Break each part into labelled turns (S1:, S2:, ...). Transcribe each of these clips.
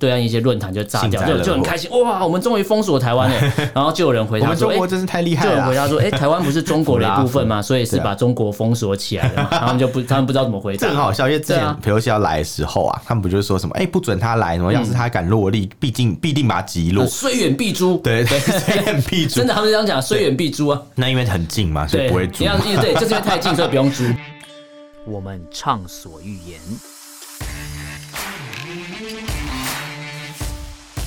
S1: 对岸一些论坛就炸掉，
S2: 幸灾
S1: 就
S2: 乐祸
S1: 就很开心，哇，我们终于封锁台湾 了。然后就有人回
S2: 我
S1: 他
S2: 们
S1: 说，
S2: 中
S1: 哎、
S2: 国真是太厉害
S1: 就有人
S2: 了
S1: 回
S2: 啊。
S1: 答说：“哎、台湾不是中国的一部分 吗？所以是
S2: 对啊
S1: 把中国封锁起来了嘛。”然后他们就不，他们不知道怎么回
S2: 这
S1: 答。
S2: 很好笑，因为之
S1: 对
S2: 前
S1: 啊
S2: 佩洛西要来的时候啊，他们不就是说什么，哎、不准他来，什
S1: 嗯
S2: 么，要是他敢落地，必定必定把他击落
S1: 呃。虽远必诛，
S2: 对 对，虽然必诛
S1: 真，的，他们这样讲，虽远必诛啊。
S2: 那因为很近嘛，所以
S1: 对，
S2: 不会
S1: 你
S2: 诛。
S1: 要 对，就是因为太近，所以不用诛。
S3: 我们畅所欲言；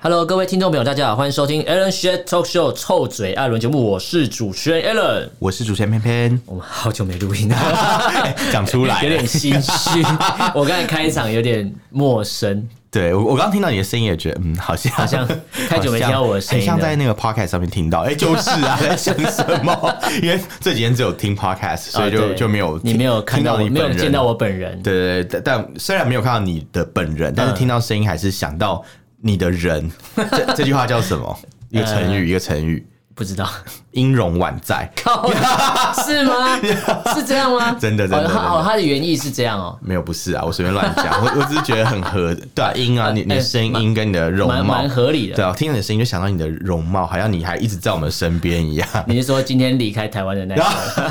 S1: Hello，各位听众朋友，大家好，欢迎收听 Alan s h a t Talk Show 臭嘴艾伦节目，我是主持人 Alan。
S2: 我是主持人 偏偏，
S1: 我们好久没录音 了，
S2: 讲出来
S1: 啊有点心虚。 我刚才开场有点陌生，
S2: 对我我刚听到你的声音也觉得，嗯，好像好
S1: 好像太久没听到我的声音
S2: 很像
S1: 了。
S2: 在那个 podcast 上面听到。哎、就 是啊，在想什么？因为这几天只有听 podcast，所以
S1: 啊
S2: 就、
S1: 对
S2: 就没有
S1: 你没有
S2: 听
S1: 看
S2: 到
S1: 我，
S2: 你
S1: 没有
S2: 本人
S1: 见到我本人。
S2: 对对对，但但虽然没有看到你的本人，但是听到声音还是想到你 的人。这这句话叫什么？
S1: 呃
S2: 一个成语，一个成语，
S1: 不 知道
S2: 音容宛在。
S1: 靠，是 吗？是这样吗？
S2: 真的真的
S1: 哦
S2: 真的
S1: 他哦，他的原意是这样哦，
S2: 没有，不是啊，我随便乱讲， 我我只是觉得很合，对啊，音啊，你你的声音跟你的容
S1: 呃蛮
S2: 貌
S1: 蛮，合理
S2: 对
S1: 的。
S2: 啊，我听到你的声音就想到你的容貌，好像你还一直在我们身 边一样。
S1: 你是说今天离开台湾的那一刻？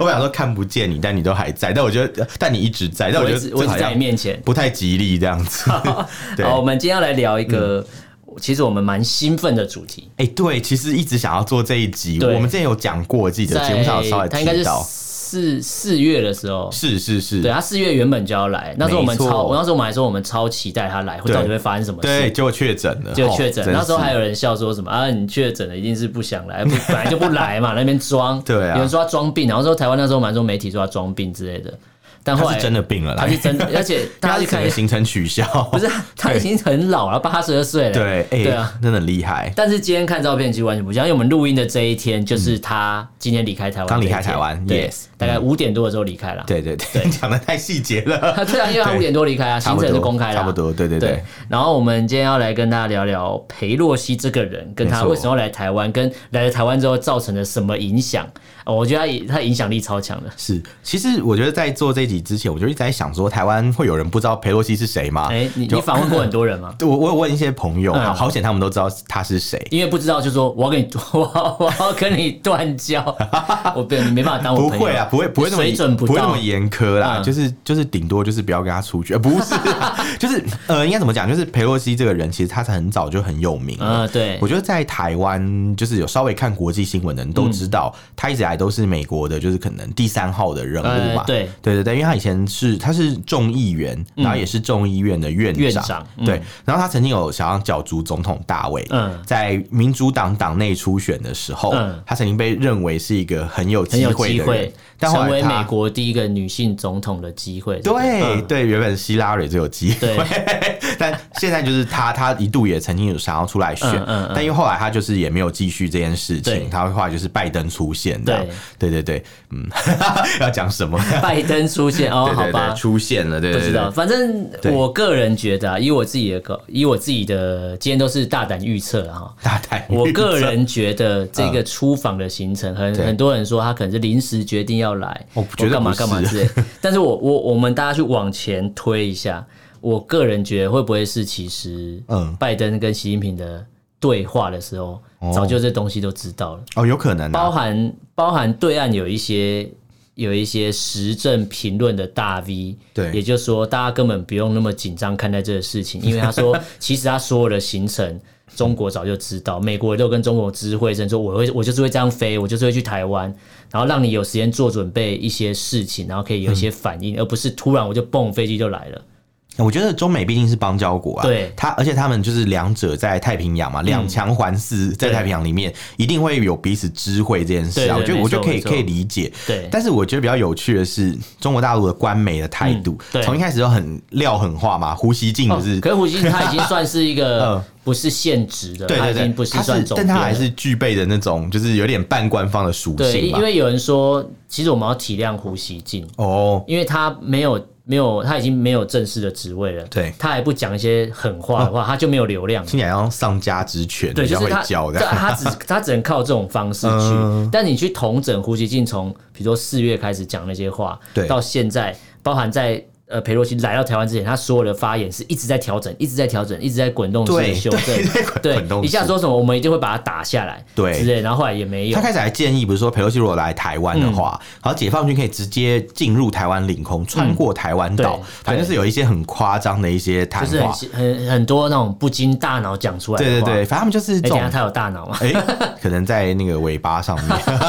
S2: 我想说看不见你，但你都还在，但我觉得，但你一直在，但
S1: 我
S2: 觉
S1: 一
S2: 得
S1: 直我一
S2: 这
S1: 直
S2: 好
S1: 在
S2: 像
S1: 你面前。
S2: 不太吉利这样子。 对，
S1: 好，我们今天要来聊一个，其实我们蛮兴奋的主题，
S2: 哎、对，其实一直想要做这一集，
S1: 对
S2: 我们之前有讲过，记得节目上有稍微
S1: 它应该
S2: 提
S1: 是
S2: 到，
S1: 四四月的时候。
S2: 是是是，
S1: 对啊他四月原本就要来，那时候我们
S2: 没
S1: 超，
S2: 错
S1: 我那时候我们还说我们超期待他来，会到底会发生什么
S2: 对，
S1: 事，
S2: 结果确诊了，
S1: 结果确诊
S2: 哦。真
S1: 那时候
S2: 是
S1: 还有人笑说什么啊，你确诊了一定是不想来，不 本来就不来嘛，那边装，
S2: 对啊
S1: 有人说他装病，然后说台湾那时候蛮多媒体说他装病之类的，但后
S2: 他
S1: 来
S2: 是真的，病了啦，
S1: 他是真的，而且 大家去
S2: 是整
S1: 看
S2: 个，行程取消，
S1: 不是他已经很老了，八十二岁了，
S2: 对，哎、
S1: 对啊，
S2: 真的很厉害。
S1: 但是今天看照片其实完全不像，因为我们录音的这一天就是他今天离开台湾这一
S2: 刚
S1: 天，
S2: 离开台湾
S1: 对
S2: yes，嗯
S1: 大概五点多的时候离 开了。
S2: 对对对，讲的太细节了，
S1: 啊，对啊，因为他
S2: 对
S1: 五点多离开啊，
S2: 差
S1: 行
S2: 不多
S1: 程是公开的啊，
S2: 差不多，对对对，
S1: 对。然后我们今天要来跟大家聊聊裴洛西这个人，跟他
S2: 没错
S1: 为什么要来台湾，跟来了台湾之后造成了什么影响。哦我觉得他他影响力超强的，
S2: 是。其实我觉得在做这一集之前，我就一直在想说，台湾会有人不知道裴洛西是谁吗？
S1: 哎，你
S2: 啊就
S1: 你访问过很多人 吗？
S2: 我我有问一些朋友，
S1: 嗯
S2: 好好险他们都知道他是谁。
S1: 因为不知道就说我要跟你 我要我要跟你断 交，我被你没办法当我
S2: 不
S1: 哦朋友。
S2: 会啊，不会，不会那么
S1: 水准不
S2: 不
S1: 到
S2: 会那么严苛啦，
S1: 嗯
S2: 就是就是顶多就是不要跟他出去，呃、不是啊、 就是呃，应该怎么讲？就是裴洛西这个人，其实他是很早就很有名了
S1: 嗯，对
S2: 我，觉得在台湾，就是有稍微看国际新闻的人
S1: 嗯
S2: 都知道，他一直以来都是美国的，就是可能第三号的人物嘛。
S1: 呃对嗯
S2: 对对对，因为他以前是他是众议员，然后也是众议院的院长。
S1: 院长嗯
S2: 对，然后他曾经有想要角逐总统大位，
S1: 嗯
S2: 在民主党党内初选的时候，
S1: 嗯
S2: 他曾经被认为是一个很有
S1: 很
S2: 机
S1: 有
S2: 会
S1: 机
S2: 的人
S1: 会，
S2: 但后
S1: 成为
S2: 来
S1: 美
S2: 他。
S1: 国第一个女性总统的机会。不
S2: 对、
S1: 嗯
S2: 对，原本希拉蕊就有机会， 但现在就是他，他一度也曾经有想要出来选，
S1: 嗯嗯嗯
S2: 但因为后来他就是也没有继续这件事
S1: 对
S2: 情，他后来就是拜登出现这样，对对对，嗯， 要讲什么？
S1: 拜登出现哦，
S2: 对
S1: 好
S2: 对对，
S1: 吧。
S2: 出现了，对
S1: 不
S2: 对
S1: 知
S2: 对
S1: 道，反正
S2: 对
S1: 我个人觉得啊，以我自己的个，以我自己的，今天都是大胆预测了哈。
S2: 大胆预测，
S1: 我个人觉得这 个出访的行程，很
S2: 啊对
S1: 很多人说他可能是临时决定要来，
S2: 哦绝对
S1: 干嘛
S2: 不是
S1: 干嘛 之类。但是我我我们大家去往前推一下，我个人觉得会不会是其实，嗯
S2: 嗯，哦
S1: 拜登跟习近平的对话的时候，早就这东西都知道了。
S2: 哦，有可能
S1: 包
S2: 啊，
S1: 含包含对岸有一些有一些时政评论的大 V，
S2: 对
S1: 也就是说大家根本不用那么紧张看待这个事 情，因为他说其实他所有的行程。中国早就知道，美国也都跟中国知会声说，我会我就是会这样飞，我就是会去台湾，然后让你有时间做准备一些事情，然后可以有一些反应，而不是突然我就蹦飞机就来了。
S2: 我觉得中美毕竟是邦交国啊，
S1: 对嗯
S2: 他而且他们就是两者在太平洋嘛，两强环视，在
S1: 对
S2: 太平洋里面一定会有彼此知会这件事啊，
S1: 对对没
S2: 我觉得我觉得
S1: 错
S2: 可以
S1: 没错
S2: 可以理解，
S1: 对，
S2: 但是我觉得比较有趣的是，中国大陆的官媒的态度
S1: 嗯对，
S2: 从、一开始就很撂狠话嘛，胡锡进不是、
S1: 哦可是胡锡进他已经算是一个
S2: 嗯
S1: 不是现职的，
S2: 对
S1: 它
S2: 对
S1: 已经
S2: 对，
S1: 不是
S2: 它
S1: 算总
S2: 但
S1: 编
S2: 它
S1: 了。
S2: 还是具备的那种，就是有点半官方的属
S1: 对，
S2: 性
S1: 因
S2: 吧
S1: 因。为有人说，其实我们要体谅胡锡进，
S2: 哦，
S1: 因为他没有没有，他已经没有正式的职位了，
S2: 对哦
S1: 他还不讲一些狠话的话，他就没有流 量。
S2: 听起来要上家之犬，
S1: 对，
S2: 比
S1: 就
S2: 较
S1: 是
S2: 会
S1: 他，
S2: 教
S1: 对
S2: 的。嗯
S1: 他只 他只能靠这种方式去。但你去统整胡锡进从，比如说四月开始讲那些话，
S2: 对
S1: 到现在，包含在呃裴洛西来到台湾之前，他所有的发言是一直在调整，一直在调整，一直在滚动式的
S2: 对
S1: 修正
S2: 对对，滚滚动
S1: 一下
S2: 式
S1: 说什么我们一定会把它打下来，
S2: 对
S1: 之类的，然后后来也没有嗯
S2: 他。开始还建议，比如说佩洛西如果来台湾的话，然后解放军可以直接进入台湾领空，穿过台湾岛
S1: 嗯对，
S2: 反正就是有一些很夸张的一些谈
S1: 就是很
S2: 话。
S1: 喜很很多那种不经大脑讲出来的
S2: 对
S1: 话。
S2: 对对，反正他们就是
S1: 哎、
S2: 这
S1: 等
S2: 种
S1: 一下他有大脑吗？
S2: 哎、可能在那个尾巴上面，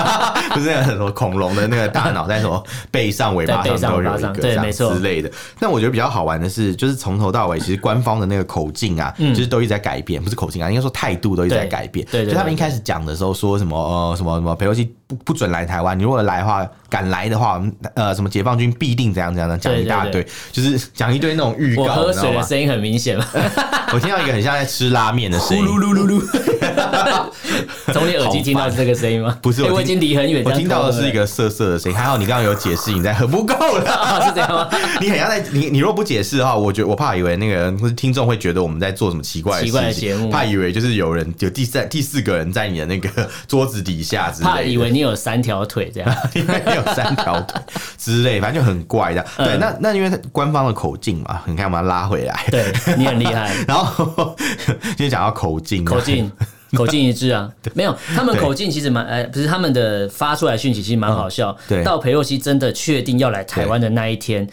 S2: 不是很多恐龙的那个大脑在什么背上、尾巴
S1: 在背
S2: 上
S1: 上
S2: 都有
S1: 尾巴
S2: 一
S1: 上
S2: 个
S1: 对
S2: 这样
S1: 没错
S2: 之类的。但我觉得比较好玩的是，就是从头到尾，其实官方的那个口径啊，就是都一直在改变，不是口径啊，应该说态度都一直在
S1: 对
S2: 改变。
S1: 嗯对对
S2: 就他
S1: 对
S2: 们一开始讲的时候说什么呃什么什么佩洛西不不准来台湾，你如果来的话，敢来的话，呃什么解放军必定怎样怎样怎样讲一大
S1: 对
S2: 堆，就是讲一堆那种预
S1: 我
S2: 告，
S1: 喝
S2: 你知道
S1: 水的
S2: 吗？
S1: 声音很明显嘛，
S2: 我听到一个很像在吃拉面的声音，
S1: 噜噜噜， 从你耳机听到是这个声音吗？
S2: 不是
S1: 哎
S2: 我听
S1: 我已经离很远，
S2: 我听到的是一
S1: 个，
S2: 个涩涩的声音，还好你刚刚有解释，你在很不够 了。
S1: 啊、是这样吗？
S2: 你很像在你你若不解释的话，我觉我怕以为那个人或是听众会觉得我们在做什么奇怪的
S1: 奇怪的
S2: 事情
S1: 节目
S2: 怕以为就是有人有第三第四个人在你的那个桌子底下之类的，
S1: 怕以为你有三条腿这样，
S2: 因为有三条腿之类，反正就很怪的。
S1: 嗯
S2: 对，那那因为它官方的口径嘛，你看我们要拉回来，
S1: 对你很厉害，
S2: 然后 就讲到口径 嘛，
S1: 口 径。口径一致啊，没有，他们
S2: 对嗯
S1: 口径其实蛮，呃，不是他们的发出来讯息其实蛮好笑。
S2: 对
S1: 到裴洛西真的确定要来台湾的那一天，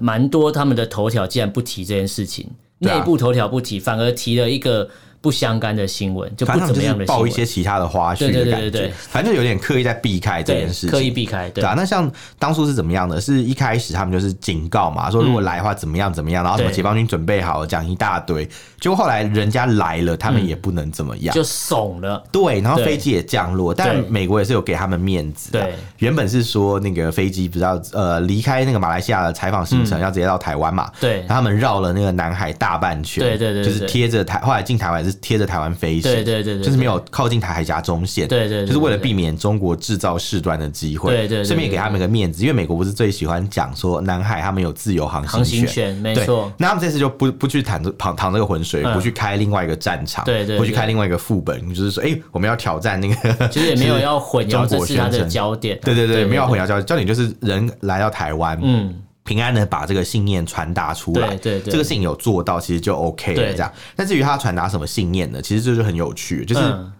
S1: 蛮多他们的头条竟然不提这件事情，内、
S2: 对啊
S1: 部头条不提，反而提了一个不相干的新闻，就
S2: 反
S1: 不怎
S2: 正他
S1: 么
S2: 们就是
S1: 样的新
S2: 报
S1: 闻
S2: 一。些其他的花絮
S1: 对对
S2: 的
S1: 对
S2: 感觉，
S1: 对对
S2: 反正就有点刻意在避开这
S1: 对
S2: 件事，情，
S1: 刻意避开，对
S2: 对啊，那像当初是怎么样的？是一开始他们就是警告嘛，说如果来的话怎么样怎么样，然后什么
S1: 嗯对
S2: 解放军准备好了，讲一大堆。结果后来人家来了，他们也不能怎么样。
S1: 就怂了。
S2: 对，然后
S1: 对
S2: 飞机也降落，但
S1: 对
S2: 美国也是有给他们面子、啊。
S1: 对，
S2: 原本是说那个飞机不是要呃离开那个马来西亚的采访行程，要直接到台湾嘛。
S1: 嗯对
S2: 然后他们绕了那个南海大半圈，
S1: 对对对对
S2: 就是
S1: 对
S2: 贴着台，后来进台湾也是贴着台湾飞行，
S1: 对对对对对
S2: 就是没有靠近台海峡中线，
S1: 对对对对
S2: 就是为了避免中国制造事端的机会，
S1: 对对对对
S2: 顺便也给他们个面子，因为美国不是最喜欢讲说南海他们有自由航
S1: 航行
S2: 权。
S1: 权没
S2: 对
S1: 错，，
S2: 那他们这次就不不去淌这淌淌这个浑水，
S1: 嗯
S2: 不去开另外一个战场，
S1: 对对
S2: 不去开
S1: 对
S2: 另外一个副本，就是说，哎、我们要挑战那 个，
S1: 其实也没 有要混淆，
S2: 中
S1: 这
S2: 国
S1: 是他
S2: 宣
S1: 的
S2: 称
S1: 焦点。
S2: 对对对，没有要混淆焦点，焦点就是人来到台湾，嗯。平安的把这个信念传达出来，
S1: 对对对
S2: 这个事情有做到，其实就 OK 了
S1: 对
S2: 这样。但至于他传达什么信念呢？其实这就很有趣，就是
S1: 嗯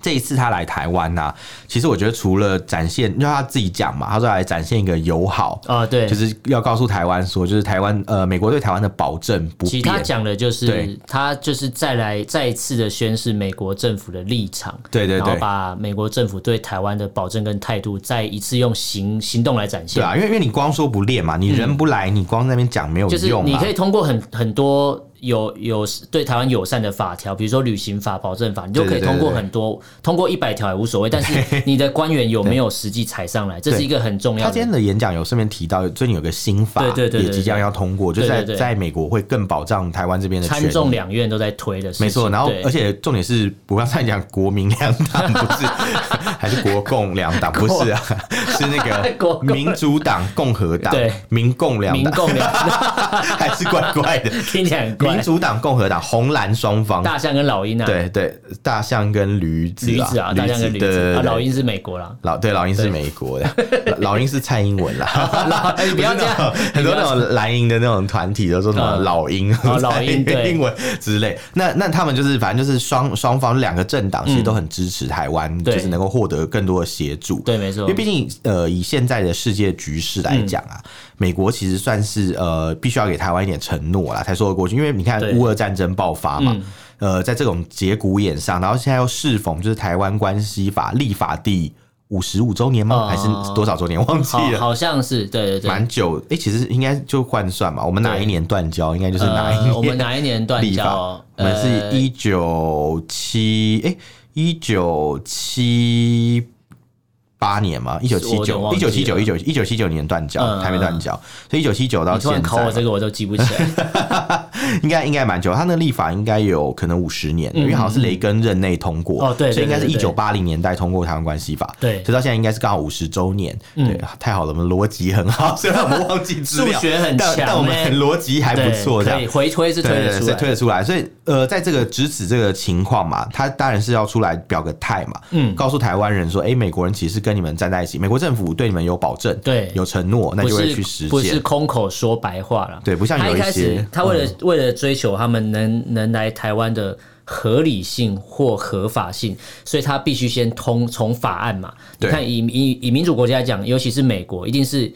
S2: 这一次他来台湾呐、其实我觉得除了展现，因为他自己讲嘛，他说要来展现一个友好，
S1: 啊，对，
S2: 就是要告诉台湾说，就是台湾呃，美国对台湾的保证不
S1: 其实他
S2: 变，
S1: 讲的就是
S2: 对
S1: 他就是再来再一次的宣示美国政府的立场，
S2: 对对
S1: 然后
S2: 对。
S1: 把美国政府对台湾的保证跟态度再一次用行行动来展
S2: 对
S1: 现。
S2: 啊，因为因为你光说不练嘛，你人不来，你光在那边讲没
S1: 嗯
S2: 有
S1: 就是
S2: 用啊
S1: 你
S2: 嘛
S1: 可。以通过很很多有有对台湾友善的法条，比如说旅行法、保证法，你就可以
S2: 对对对
S1: 通过
S2: 对
S1: 很多，通过一百条也无所谓。但 是你的官员有没有实际踩上来，这是一个很重
S2: 他
S1: 要
S2: 今天
S1: 的。
S2: 的演讲有顺便提到，最近有个新法
S1: 对对对对
S2: 也即将要通过，就
S1: 对
S2: 在
S1: 对对
S2: 在美国会更保障台湾这边的权
S1: 参众
S2: 益。
S1: 两院都在推的事情，
S2: 没错，然后
S1: 对
S2: 而且重点是，我刚才讲国民两党不 是，还是国共两党不是啊，是那
S1: 国
S2: 个
S1: 共
S2: 民主党、共和党
S1: 对、
S2: 民共两
S1: 民
S2: 党，
S1: 共两
S2: 还是怪怪的。
S1: 听起来很
S2: 民
S1: 怪，
S2: 主党、共和党红蓝双方，
S1: 大象跟老鹰啊，
S2: 对对，大象跟驴子，
S1: 驴子啊，大象跟驴
S2: 对对
S1: 子
S2: 对
S1: 啊，
S2: 对
S1: 老鹰是美国 啦。
S2: 老对老鹰是美国的，老老鹰是蔡英文 啦
S1: 哎。你不要这样
S2: 不是那种很多那种蓝营的那种团体都说什么
S1: 嗯
S2: 老鹰、
S1: 哦老鹰 对
S2: 英文之类。那那他们就是反正就是双双方两个政党其实都很支持台湾，
S1: 对
S2: 就是能够获得更多的协助。
S1: 对，没错
S2: 因为，毕竟呃，以现在的世界局势来讲啊，
S1: 嗯
S2: 美国其实算是呃，必须要给台湾一点承诺啦，才说得过去。因为你看
S1: 对嗯
S2: 乌俄战争爆发嘛。呃，在这种节骨眼上，然后现在又适逢就是台湾关系法立法第五十五周年吗？
S1: 哦
S2: 还是多少周年？忘记
S1: 好，
S2: 了，
S1: 好像是对对对。
S2: 蛮久。哎、其实应该就换算嘛，我们哪
S1: 对
S2: 一年断交，应该就是哪一年、
S1: 呃，我们哪一年断
S2: 立
S1: 交
S2: 法
S1: 哦？？
S2: 我们
S1: 呃
S2: 是一九七哎一九七八年嘛，一九七
S1: 我有点
S2: 九
S1: 忘
S2: 一九七
S1: 记
S2: 九
S1: 了
S2: 一九一九七九年断交，
S1: 嗯
S2: 台没断交，所以一九七九到
S1: 你突
S2: 现
S1: 然考我
S2: 在
S1: 这个，我都记不起来。
S2: 应该应该蛮久，他那立法应该有可能五十年，因为好像是雷根任内通过，
S1: 嗯哦对对
S2: 所以应该是
S1: 对
S2: 一
S1: 对
S2: 九八零年代通过《台湾关系法》，
S1: 对嗯
S2: 所以到现在应该是刚好五十周年，对，太好了，我们逻辑很 好，虽然我们忘记资料
S1: 数学很
S2: 但
S1: 强
S2: 但我
S1: 欸
S2: 们逻辑 还不错，
S1: 对可
S2: 这样
S1: 以。回推是推
S2: 对
S1: 得
S2: 对
S1: 出
S2: 对，
S1: 来，
S2: 推得出来。所以呃，在这个直指这个情况嘛，他当然是要出来表个态嘛，
S1: 嗯
S2: 告诉台湾人说，哎、美国人其实跟你们站在一起，美国政府对你们有保证，
S1: 对
S2: 有承诺，那
S1: 不
S2: 就会
S1: 是
S2: 去实
S1: 不是
S2: 践。
S1: 空口说白话了。
S2: 对不像有
S1: 他一
S2: 一
S1: 开始
S2: 些，嗯
S1: 他为了、为了追求他们能能来台湾的合理性或合法性，所以他必须先通从法案嘛。你
S2: 对
S1: 看以以以民主国家来讲，尤其是美国，一定是。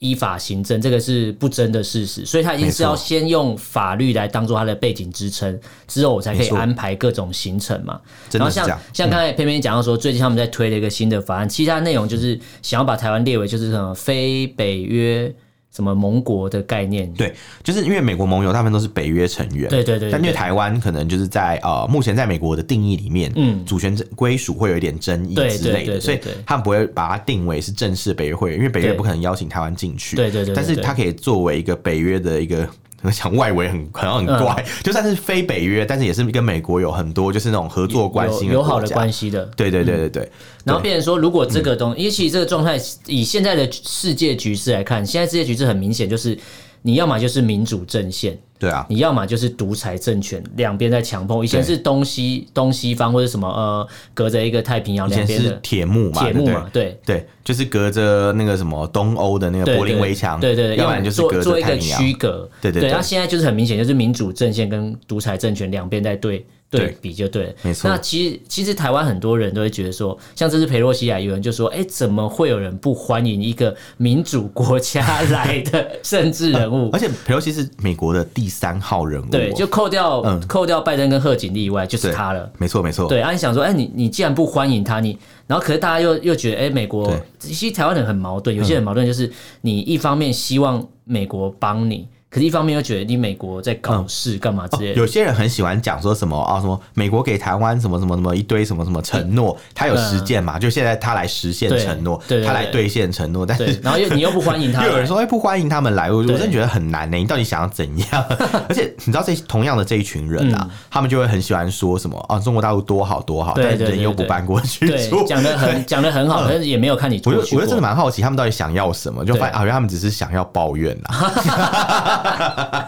S1: 依法行政，这个是不争的事实，所以他一定是
S2: 没错
S1: 要先用法律来当做他的背景支撑，之后我才可以
S2: 没错
S1: 安排各种行程嘛。
S2: 真
S1: 然
S2: 的
S1: 后
S2: 是
S1: 像
S2: 这样嗯
S1: 像刚才偏偏讲到说，最近他们在推了一个新的法案，其实它内容就是想要把台湾列为就是什么非北约什么盟国的概念。
S2: 对，就是因为美国盟友大部分都是北约成员，
S1: 对对对对
S2: 但因为台湾可能就是在呃，目前在美国的定义里面，嗯，主权归属会有一点争议
S1: 对
S2: 之类
S1: 对对对
S2: 的，所以
S1: 对
S2: 他们不会把它定为是正式北约会员，因为北约
S1: 对
S2: 不可能邀请台湾进去，
S1: 对对对对
S2: 但是
S1: 对
S2: 它可以作为一个北约的一个。 我想外围很好像很怪，
S1: 嗯
S2: 就算是非北约，但是也是跟美国有很多就是那种合作关系、
S1: 有友好的关
S2: 系。
S1: 系的。
S2: 对对对对对，嗯
S1: 然后变成说，如果这个东，因为其实这个状态，以现在的世界局势来看，现在世界局势很明显就是，你要么就是民主阵线，
S2: 对啊，
S1: 你要么就是独裁政权，两边在强碰。以前
S2: 对
S1: 是东西东西方或者什么呃，隔着一个太平洋
S2: 以
S1: 两
S2: 前
S1: 边
S2: 是
S1: 的
S2: 铁幕嘛，
S1: 铁
S2: 对
S1: 幕
S2: 不对
S1: 嘛，对。
S2: 对，就是隔着那个什么东欧的那个
S1: 对
S2: 柏林
S1: 对
S2: 围墙，
S1: 对对对，
S2: 要不然就是
S1: 做
S2: 隔
S1: 做
S2: 着
S1: 一
S2: 太
S1: 个
S2: 平洋，
S1: 区隔，
S2: 对对
S1: 对。
S2: 对
S1: 那现在就是很明显，就是民主阵线跟独裁政权两边在对对
S2: 对
S1: 比就对了，
S2: 没错
S1: 那其实其实台湾很多人都会觉得说，像这次裴洛西来，有人就说，哎，怎么会有人不欢迎一个民主国 家来的政治人物
S2: 而？且佩洛西是美国的第三号人物哦，
S1: 对，就扣掉、
S2: 嗯
S1: 扣掉拜登跟贺锦丽以外，就是
S2: 对
S1: 他了。
S2: 没错没错，
S1: 对，啊，你想说，哎、你你既然不欢迎他，你然后可是大家又又觉得，哎、美国
S2: 对嗯
S1: 其实台湾人很矛盾，有些人矛盾就是、你一方面希望美国帮你，可是一方面又觉得你美国在搞事干嘛之类的。
S2: 嗯哦有些人很喜欢讲说什么啊，什么美国给台湾什么什么什么一堆什么什么承诺，他有实践嘛？就现在他来实现
S1: 对
S2: 承诺
S1: 嗯对对，对
S2: 他来兑现承诺，但
S1: 对
S2: 是，
S1: 然后又你又不欢迎他
S2: 又
S1: 来，
S2: 有人说哎不欢迎他们来，我我
S1: 对
S2: 真的觉得很难呢。你到底想要怎 样？而且你知道这同样的这一群人啊，他们就会很喜欢说什么啊，中国大陆多好多好，
S1: 嗯对
S2: 但
S1: 对
S2: 人又
S1: 对
S2: 不
S1: 对
S2: 搬过去
S1: 对
S2: 住，
S1: 讲的 很讲的很好，但是也没有看你
S2: 嗯我就
S1: 过去
S2: 我就真的
S1: 过。
S2: 蛮好奇，他们到底想要什么？就发现
S1: 对
S2: 啊，原来他们只是想要抱怨啦，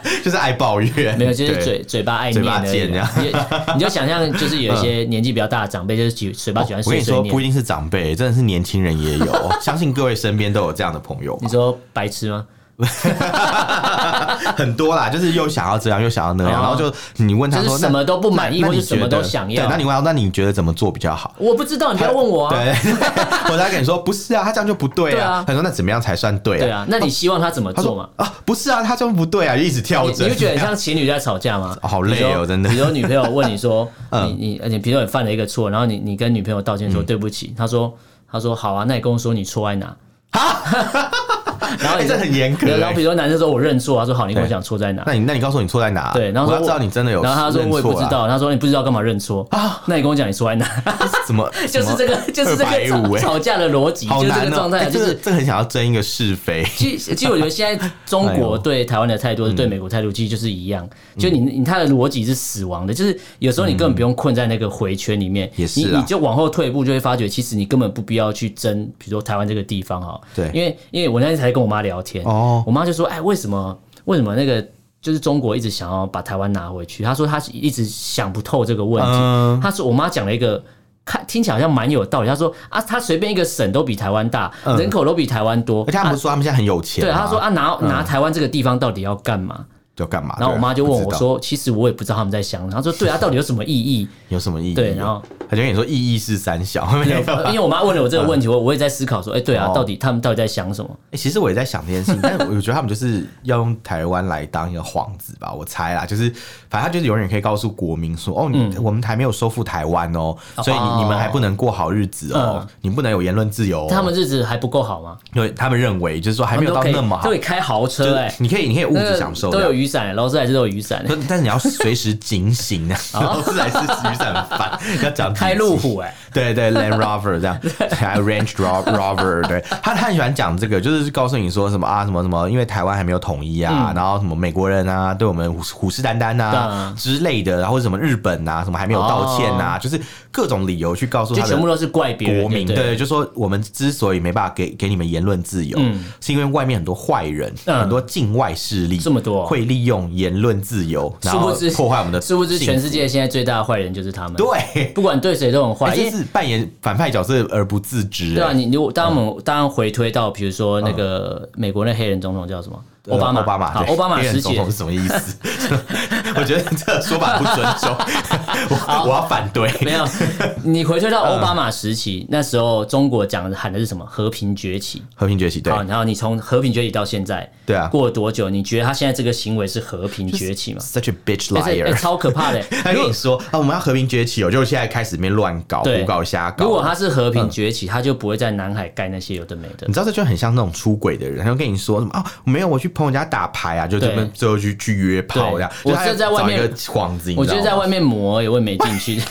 S2: 就是爱抱怨，
S1: 没有，就是
S2: 对
S1: 嘴嘴巴爱
S2: 嘴
S1: 念
S2: 巴
S1: 而已
S2: 贱嗯
S1: 啦。你就你就想象，就是有一些年纪比较大的长辈，就是嘴嘴巴喜欢
S2: 哦我跟
S1: 碎
S2: 你
S1: 碎
S2: 说，
S1: 念。
S2: 不一定是长辈，真的是年轻人 也有。相信各位身边都有这样的朋友
S1: 你，说白痴吗？
S2: 很多啦，就是又想要这样，又想要那样，
S1: 哦
S2: 然后就你问他
S1: 就
S2: 说
S1: 是什么都不满意
S2: 那那
S1: 或
S2: 你
S1: 者什么
S2: 觉
S1: 都
S2: 得
S1: 想要
S2: 对，那你问他，那你觉得怎么做比较好？
S1: 我不知道，你不要问我啊。
S2: 对， 我才跟你说，不是啊，他这样就不对
S1: 对啊
S2: 啊。他说那怎么样才算对
S1: 对
S2: 啊？
S1: 啊，那你希望他怎么
S2: 他
S1: 做嘛
S2: 说？啊，不是啊，他这样不对啊，就一直跳
S1: 你
S2: 针，
S1: 你会觉得很像情侣在吵架吗？
S2: 哦 好累哦
S1: 比如说
S2: 真的嗯
S1: 比如说女朋友问你 说，你你而且比如说你犯了一个错，然后你你跟女朋友道歉说对不起，她说她说好啊，那你跟我说你错在哪？然后
S2: 哎
S1: 你
S2: 这很严格
S1: 然
S2: 哎
S1: 后比如说男生说我认错，他说好，你跟我讲错在哪？
S2: 那你那你告诉我你错在哪？
S1: 对，然后说
S2: 我要知道你真的有
S1: 然
S2: 认
S1: 后
S2: 错啊
S1: 他说
S2: 啦。
S1: 我也不知道，他说你不知道干嘛认错啊？那你跟我讲你错在哪？
S2: 怎么，
S1: 就是这 个就是这个
S2: 250
S1: 吵
S2: 哎
S1: 吵架的逻辑，
S2: 好
S1: 就是这
S2: 难
S1: 个
S2: 哦
S1: 状。态，
S2: 哎
S1: 就
S2: 这个
S1: 是
S2: 这个很想要争一个是非。
S1: 其实，其实我觉得现在中
S2: 哎
S1: 国对台湾的态
S2: 嗯
S1: 度，对美国态度其实就是一样，就你你他的逻辑是死亡的，就是有时候你根本不用困在那个回圈里面，
S2: 嗯也是
S1: 你
S2: 啊
S1: 你就往后退一步，就会发觉其实你根本不必要去争，比如说台湾这个地方哈，
S2: 对
S1: 因为因为我那天才跟我妈聊天，
S2: 哦
S1: 我妈就说，哎，为什么为什么那个。就是中国一直想要把台湾拿回去，她说她一直想不透这个问题。
S2: 嗯
S1: 她说我妈讲了一个看听起来好像蛮有道理，她说啊，她随便一个省都比台湾大，
S2: 嗯
S1: 人口都比台湾多，
S2: 而且他们不是说他们现在很有钱
S1: 啊对，
S2: 吗，
S1: 他说啊，拿
S2: 嗯
S1: 拿台湾这个地方到底要干嘛？
S2: 要干嘛？
S1: 然后我妈就
S2: 对
S1: 问我，
S2: 不知道
S1: 说，其实我也不知道他们在想什么。 她说，对啊，到底有什么意义？
S2: 有什么意义？
S1: 对然后
S2: 他就跟你说意义是三 小，没有。
S1: 呃因为我妈问了我这个 问题，我我也在思考说，哎，对啊，
S2: 哦
S1: 到底他们到底在想什么？
S2: 欸其实我也在想这件事情，但我觉得他们就是要用台湾来当一个幌子吧，我猜啦，就是反正他就是永远可以告诉国民说，哦，你、我们还没有收复台湾哦，所
S1: 嗯
S2: 以
S1: 哦嗯
S2: 你你们还不能过好日子哦，你不能有言论自由、哦。
S1: 他们日子还不够好吗？
S2: 因为他们认为就是说还
S1: 他
S2: 没
S1: 们
S2: 有
S1: 都
S2: 到
S1: 可以
S2: 那么好
S1: 都可以，开豪
S2: 就
S1: 车哎
S2: 是，你可以你可以物
S1: 那
S2: 质
S1: 个
S2: 享受
S1: 都
S2: 的，
S1: 有渔雨伞，哎劳斯莱斯都有雨 伞，
S2: 但但你要随时警 醒啊！ 劳斯莱斯雨伞烦，要讲
S1: 开哦 路虎哎、
S2: 对对，Land Rover 这样，还有 Range Ro- Rover，对他他很喜欢讲这个，就是告诉你说什么啊什么什么，因为台湾还没有统一啊，然后什么美国人啊对我们虎虎视眈眈
S1: 嗯对
S2: 啊
S1: 啊哦
S2: 之类的，然后什么日本啊什么还没有道歉啊，就是各种理由去告诉
S1: 就
S2: 他
S1: 全部都
S2: 的。
S1: 是怪别人
S2: 国民
S1: 就对了
S2: 对，就说我们之所以没办法给给你们言论自由，是因为外面很多坏人，
S1: 嗯
S2: 很多境外势力，
S1: 这么多
S2: 会利用言论自由，然
S1: 殊
S2: 后
S1: 不知
S2: 破坏我们的幸福，
S1: 殊不知全世界现在最大的坏人就是他们。，
S2: 对，
S1: 不管对谁都很坏，因
S2: 就
S1: 为
S2: 是扮演反派角色而不自知、
S1: 对啊，
S2: 哎
S1: 你如果当我们当然回推到，比如说那个美国那黑人总统叫什么？
S2: 嗯呃
S1: 奥巴马，
S2: 奥巴马，
S1: 好
S2: 对
S1: 奥巴马
S2: 黑人
S1: 时
S2: 总
S1: 期
S2: 统，是什么意思？ 我觉得这个说法不尊重， 我我要反对。
S1: 没有，你回推到奥
S2: 嗯
S1: 巴马时期，那时候中国讲的喊的是什么？和平崛起。
S2: 和平崛起，对
S1: 好，然后你从和平崛起到现在，
S2: 对啊
S1: 过了多久？你觉得他现在这个行为是和平崛起吗？
S2: ，such a bitch
S1: 哎这哎
S2: liar。
S1: 超可怕 的、
S2: 他跟你说啊，我们要和平崛起哦，就现在开始面乱搞，
S1: 对
S2: 胡搞瞎搞。
S1: 如果他是和平崛起，他就不会在南海盖那些有的没的
S2: 你。知道这就很像那种出轨的人，他就跟你说什么啊，没有，我去朋友家打牌啊，就这边
S1: 对
S2: 最后去去约炮这样。
S1: 对
S2: 就他
S1: 我是在外面
S2: 找一个幌子，你
S1: 我
S2: 知
S1: 觉
S2: 道
S1: 得在
S2: 吗
S1: 外面磨也会没进 去，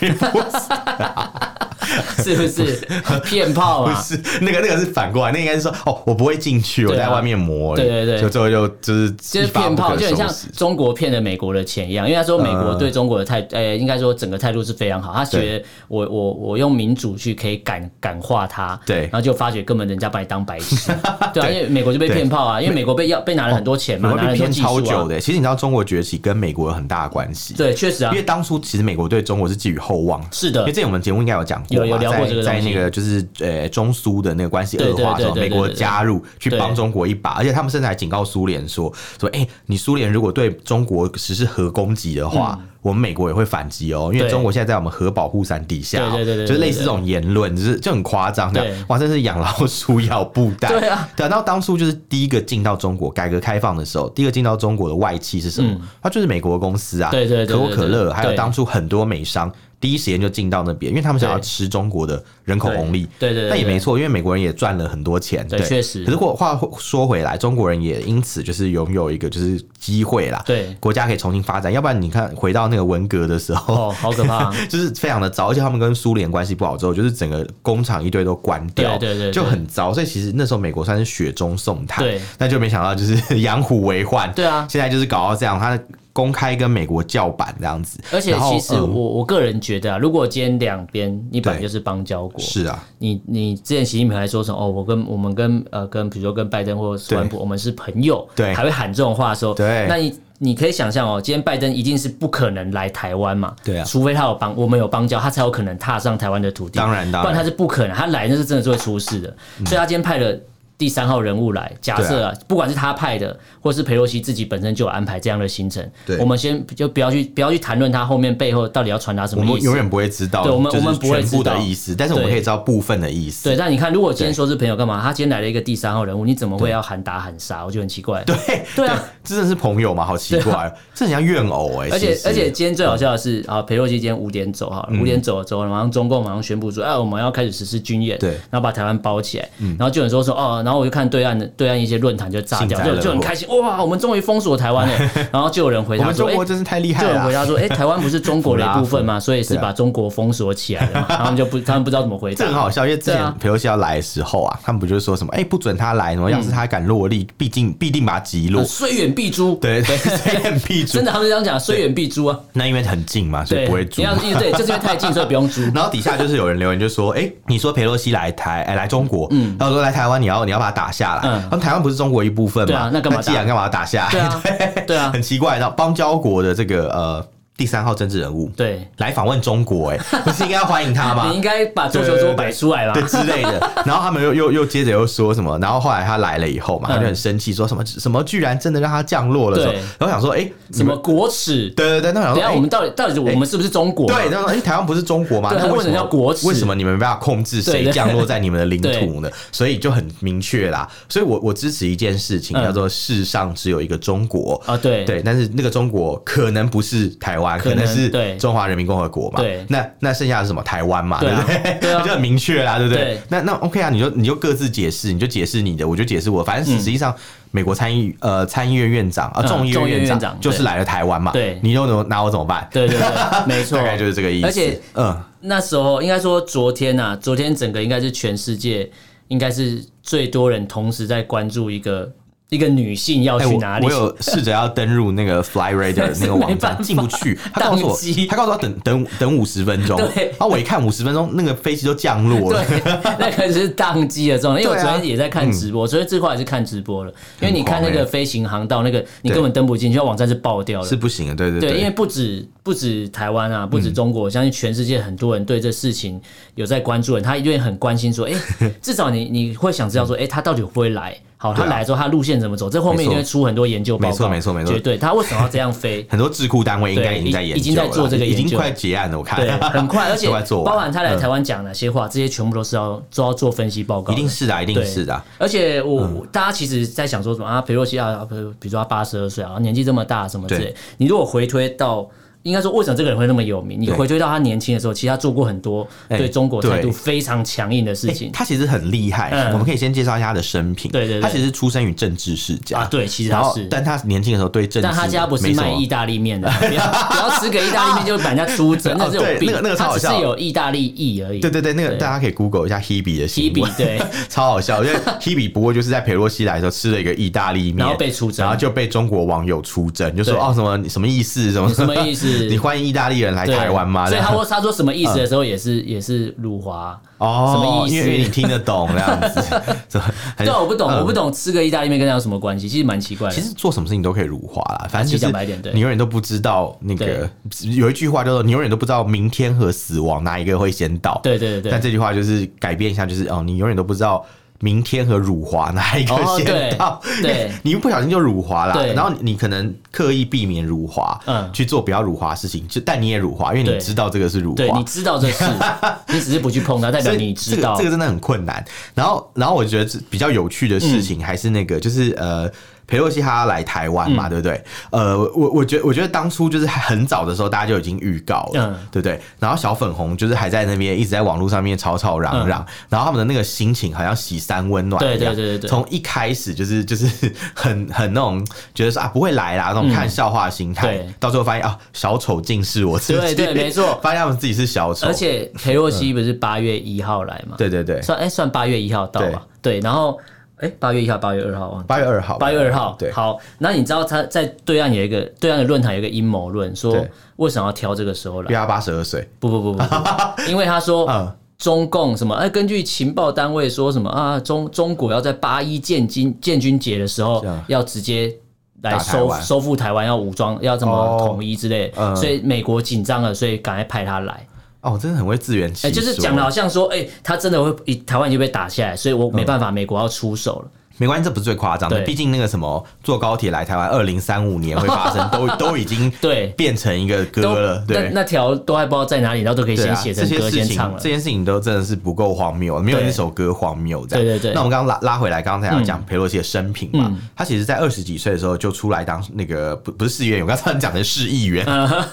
S1: 是不是骗炮啊
S2: 不
S1: 嘛？
S2: 是那个那个是反过来，那应该是说哦，我不会进去，我
S1: 对啊
S2: 在外面磨而
S1: 对
S2: 已。
S1: 对对
S2: 就最后就就是
S1: 就是
S2: 一发
S1: 骗
S2: 不可
S1: 炮，就很像
S2: 收拾嗯
S1: 中国骗了美国的钱一样，因为他说美国对中国的态，呃、应该说整个态度是非常好。他觉得我我我用民主去可以感感化他，
S2: 对
S1: 然后就发觉根本人家把你当白 痴，对啊，因为美国就被骗炮啊，因为美国被要被拿了很多钱嘛，
S2: 我
S1: 拿
S2: 们
S1: 了
S2: 被
S1: 很多
S2: 骗
S1: 技术、
S2: 超久
S1: 啊，
S2: 的。其实你知道中国崛起跟美国有很大的关系，，
S1: 对，确实啊
S2: 因为，当初其实美国对中国是寄予厚望。
S1: 是
S2: 因
S1: 的
S2: 为，这我们节目应该有讲过
S1: 有
S2: 嘛，
S1: 有聊过这个
S2: 在在
S1: 东西
S2: 那个就是呃中苏的那个关系恶化的时候，
S1: 对对对对对
S2: 美国加入去
S1: 对
S2: 帮中国一把，而且他们甚至还警告苏联说说，哎、你苏联如果对中国实施核攻击的话，我们美国也会反击哦，因为
S1: 嗯对
S2: 中国现在在我们核保护伞底下哦、
S1: 对对对对对
S2: 就是类似这种言论，就是就很夸张的
S1: 对，
S2: 哇，真是养老鼠咬布袋，
S1: 对啊，
S2: 对啊，那当初就是第一个进到中国改革开放的时候，第一个进到中国的外企是什么？它就是美国公司啊，
S1: 嗯对对对对
S2: 可口可
S1: 对
S2: 乐，
S1: 对
S2: 还有
S1: 对
S2: 当初很多美商。第一时间就进到那边，因为他们想要
S1: 对
S2: 吃中国的人口红利，
S1: 对对对对
S2: 那也
S1: 对
S2: 没错，因为美国人也赚了很多钱，
S1: 对确实
S2: 可是话话说回来，中国人也因此就是拥有一个就是机会啦，
S1: 对
S2: 国家可以重新发展。要不然你看回到那个文革的时候，，
S1: 哦，好可怕、啊
S2: 就是非常的糟，而且他们跟苏联关系不好之后，就是整个工厂一堆都关掉，
S1: 对对对对
S2: 就很糟。所以其实那时候美国算是雪中送炭，
S1: 对，
S2: 但就没想到就是 养虎为患，
S1: 对啊
S2: 现在就是搞到这样，他公开跟美国叫板这样子，
S1: 而且
S2: 然后
S1: 其实我、
S2: 嗯
S1: 我个人觉得啊，如果今天两边你本来
S2: 对
S1: 就是邦交国，
S2: 是啊，
S1: 你你之前习近平还说什么哦，我跟我们跟呃跟比如说跟拜登或川普，我们是朋友，
S2: 对
S1: 还会喊这种话的时候，
S2: 对
S1: 那你。你可以想象哦，今天拜登一定是不可能来台湾嘛，
S2: 对啊
S1: 除非他有邦，我们有邦交，他才有可能踏上台湾的土地，
S2: 当然当然嗯
S1: 不然他是不可能，他来那是真的是会出事的，所以他今天派了第三号人物来，假设啊，不管是他派的，或是佩洛西自己本身就有安排这样的行程，
S2: 对
S1: 我们先就不要去不要去谈论他后面背后到底要传达什
S2: 我
S1: 么意
S2: 们
S1: 思
S2: 永，远不会知道，
S1: 对我们
S2: 就是
S1: 我们不会
S2: 全部的
S1: 知道
S2: 意思，但是我们
S1: 对
S2: 可以知道部分的意思。
S1: 对，但你看，如果今天说是朋友干嘛？他今天来了一个第三号人物，你怎么会要喊打喊杀？我觉得很奇怪。对，
S2: 对
S1: 对啊，
S2: 真的是朋友嘛，好奇怪，这很像怨偶哎。
S1: 而且
S2: 其实
S1: 而且，今天最好笑的是啊，裴洛西今天五点走
S2: 嗯
S1: 哈，五点走了之后，马上中共马上宣布说，哎，我们要开始实施军演，
S2: 对嗯
S1: 然后把台湾包起来，然后就有人说说哦，然后我就看对岸的对岸一些论坛就炸
S2: 幸
S1: 掉，
S2: 灾
S1: 就
S2: 乐
S1: 就很
S2: 祸
S1: 开心，哇，我们终于封锁台 湾了，然后就有人回
S2: 我
S1: 答
S2: 们
S1: 说，
S2: 中
S1: 哎
S2: 国。真是太厉害
S1: 就有人回
S2: 了。啊
S1: 答说：“哎、 台湾不是中国的一部分吗？所以是
S2: 对啊
S1: 把中国封锁起来 了嘛。”然后他们就不，他们不知道怎么回答。
S2: 这很好笑，因为之
S1: 对
S2: 前
S1: 啊嗯
S2: 裴洛西要来的时候啊，他们不就是说什么，哎，不准他来，什么要是他敢落地，必定必定把他击落
S1: 呃，。虽远必诛，
S2: 对 对，虽然必
S1: 真
S2: 诛，
S1: 的，他们这样讲，虽远必诛啊。
S2: 那因为很近嘛，所
S1: 对，
S2: 以不会诛
S1: 你。要记住，对，就是因为太近，所以不用 租。
S2: 然后底下就是有人留言就说：“哎、你说裴洛西来台，哎、来中国，然后说来台湾，你要你要把他打下来。
S1: 嗯
S2: 他们台湾不是中国一部分
S1: 对
S2: 嘛？
S1: 啊那干嘛打
S2: 既然干嘛打下来？
S1: 对 啊对啊
S2: 很奇怪。然后邦交国的这个呃第三号政治人物，
S1: 对，
S2: 来访问中国、哎，不是应该要欢迎他吗
S1: 你应？该把桌球桌摆出来吧
S2: 对。之类 的，然后他们又又又接着又说什么，然后后来他来了以后嘛，他就很生气，说什么什么居然真的让他降落了，什么
S1: 嗯对
S2: 然后想说，哎、你
S1: 什
S2: 们
S1: 么国耻？
S2: 对对对，那我想
S1: 等一
S2: 说，
S1: 下
S2: 哎
S1: 我们到底到底我们是不是中国？啊
S2: 对，他说：“哎、台湾不是中国吗？
S1: 对
S2: 那
S1: 他
S2: 为
S1: 为
S2: 什
S1: 什
S2: 么
S1: 么叫国耻
S2: 为什么你们没办法控制
S1: 对
S2: 谁
S1: 对
S2: 降落在你们的领
S1: 对
S2: 土呢？所以就很明确啦。所以我我支持一件事情，
S1: 嗯
S2: 叫做世上只有一个中国。
S1: 啊，对
S2: 对，但是那个中国可能不是台
S1: 可
S2: 湾，可
S1: 能
S2: 能是
S1: 对
S2: 中华人民共和国嘛。
S1: 对
S2: 那那剩下的是什么？台湾嘛，
S1: 对
S2: 对
S1: 啊
S2: 不 对？
S1: 对啊
S2: 就很明确啦，对不
S1: 对
S2: 对？那那 OK 啊，你就你就各自解释，你就解释你的，我就解释我的，反正实际上。美国参议呃参议院院长啊
S1: 嗯
S2: 众议
S1: 众议院
S2: 院
S1: 院长
S2: 长就是
S1: 对
S2: 来了台湾嘛，
S1: 对
S2: 你又能拿我怎么办？
S1: 对对 对，没错，
S2: 大概就是这个意思。
S1: 而且
S2: 嗯，
S1: 那时候应该说昨天呐、昨天整个应该是全世界应该是最多人同时在关注一个一个女性要
S2: 哎，
S1: 去哪里。
S2: 我？我有试着要登入那个 Fly Radar 那个网
S1: 没办
S2: 站，
S1: 法
S2: 进 不去。他告诉
S1: 宕机
S2: 我，他告诉我等等等五十分钟。
S1: 对
S2: 然后我一看五十分钟，那个飞机都降落了。
S1: 对， 那个是宕机的状态，因为我
S2: 对啊
S1: 昨天也在看直播，昨天最后还是看直播了，因为你看那
S2: 很
S1: 个
S2: 狂欸
S1: 飞行航道那个，你
S2: 对
S1: 根本登不进去，网站是爆掉了
S2: 是。不行的，对对嗯
S1: 对，因为
S2: 对，
S1: 不止不止台湾啊，不止中国，我相信全世界很多人对这事情有在关注，他一定很关心 说，哎、至少你你会想知道说，哎、他到底会不会来？好，他
S2: 嗯对啊
S1: 来之后，他路线怎么走？这后面一定会
S2: 没
S1: 出很多研究报告，
S2: 没错没错没错？
S1: 绝对，他为什么要这样飞
S2: 很多智库单位应该
S1: 对
S2: 已经在
S1: 已
S2: 研究了，
S1: 已经在做这个
S2: 已
S1: 研
S2: 经
S1: 究
S2: 快结案了，我看
S1: 对，很快，而且
S2: 都快做完嗯
S1: 包含他来台湾讲哪些话，这些全部都是要都要做分析报告的，
S2: 一定是的啊，一定
S1: 对
S2: 是的啊。
S1: 而且我、大家其实在想说什么啊，裴洛西啊，比如比如说他八十二岁啊，年纪这么大什么之类
S2: 对。
S1: 你如果回推到，应该说为什么这个人会那么有名？你
S2: 对
S1: 回推到他年轻的时候，其实他做过很多
S2: 哎
S1: 对中国态度
S2: 对
S1: 非常强硬的事情
S2: 欸、他其实很厉害、
S1: 嗯
S2: 我们可以先介绍一下他的生平。
S1: 对对对
S2: 他其实出生于政治世家
S1: 啊对其实他
S2: 然后
S1: 是
S2: 但他年轻的时候对政治，
S1: 但他家不是卖意
S2: 大，
S1: 大利面的， 不要不要吃个意大利面就把人家出征，那
S2: 哦
S1: 是有病。
S2: 对那个那个超
S1: 他
S2: 好
S1: 只
S2: 笑
S1: 是有意大利裔而已。
S2: 对对对，那个
S1: 对
S2: 大家可以 Google 一下 Hebe 的新
S1: Hebe
S2: 闻，
S1: 对
S2: 超好笑，因为 Hebe 不过就是在佩洛西来的时候吃了一个意大利面，
S1: 然后被出征
S2: 然后就被中国网友出征，就说
S1: 对
S2: 哦什么你什么意思，什么
S1: 什么意思
S2: 你欢迎意大利人来
S1: 对
S2: 台湾吗？
S1: 所以他
S2: 这样
S1: 说他说什么意思的时候，也是也是辱华
S2: 哦，
S1: 什么意思
S2: 因为因为你听得懂这样子，怎么 很
S1: 对啊，我不懂，
S2: 嗯
S1: 我不懂吃个意大利面跟他有什么关系，其实蛮奇怪的。
S2: 其实做什么事情都可以辱华啦，反正就
S1: 其实讲
S2: 是
S1: 白一点对
S2: 你永远都不知道那个有一句话叫做“你永远都不知道明天和死亡哪一个会先到”，
S1: 对对对对
S2: 但这句话就是改变一下，就是哦，你永远都不知道。明天和辱华哪一个
S1: 哦
S2: 先到？
S1: 对 对
S2: 你一不小心就辱华啦
S1: 对。
S2: 然后你你可能刻意避免辱华，
S1: 嗯
S2: 去做不要辱华的事情，就但你也辱华，因为
S1: 对
S2: 你知道这个是辱华，
S1: 对，你知道这 事，你只是不去碰它，代表
S2: 所以
S1: 你知道。
S2: 这个、这个真的很困难。然后，然后我觉得这比较有趣的事情还是那个，就是呃。裴洛西他来台湾
S1: 嗯
S2: 嘛，对不对？呃，我我觉得我觉得当初就是很早的时候，大家就已经预告了，
S1: 嗯
S2: 对不对？然后小粉红就是还在那边一直在网络上面吵吵嚷嚷，然后他们的那个心情好像洗三温暖
S1: 嗯对
S2: 一样，
S1: 对对对对
S2: 从一开始就是就是很很那种觉得说啊不会来啦那种看笑话的心
S1: 嗯
S2: 态，
S1: 对
S2: 到最后发现啊小丑竟是我自己，
S1: 对对没错
S2: 发现他们自己是小丑，嗯
S1: 而且裴洛西不是八月一号来嘛？
S2: 对对对，
S1: 算哎、算八月一号到吧？对，然后哎，八、月一号、八月二号忘记。
S2: 八月二号吧，
S1: 八月二号，
S2: 对，
S1: 好，那你知道他在对岸有一个对岸的论坛有一个阴谋论，说
S2: 对
S1: 为什么要挑这个时候
S2: 因为
S1: 来？
S2: 他八十二岁，
S1: 不不不不 不，因为他说
S2: 嗯，
S1: 中共什么？哎，根据情报单位说什么啊？中中国要在八一建军建军节的时候
S2: 这样，
S1: 要直接来
S2: 啊打台
S1: 收
S2: 湾
S1: 收复台湾，要武装，要怎么
S2: 哦
S1: 统一之类的
S2: 嗯
S1: 所以美国紧张了，所以赶快派他来。
S2: 哦，真的很会自圆
S1: 哎、
S2: 其说，
S1: 就是讲的好像说，哎、他真的会以台湾已经被打下来，所以
S2: 嗯
S1: 我没办法，美国要出手了。
S2: 没关系，这不是最夸张的，
S1: 对
S2: 毕竟那个什么坐高铁来台湾，二零三五年会 发生，都都已经
S1: 对
S2: 变成一个歌了，
S1: 那
S2: 对。
S1: 那条都还不知道在哪里，然后都可以
S2: 对
S1: 先
S2: 啊，
S1: 写
S2: 这
S1: 成
S2: 些
S1: 歌、
S2: 事
S1: 先
S2: 情
S1: 唱，了
S2: 这。件事情都真的是不够荒谬，没有
S1: 对
S2: 一首歌荒谬这样。
S1: 对对对嗯
S2: 那我们刚刚拉拉回来，刚才要讲佩洛西的生平嘛，他其实在二十几岁的时候就出来当那个不不是市议员，我刚才讲的市议员，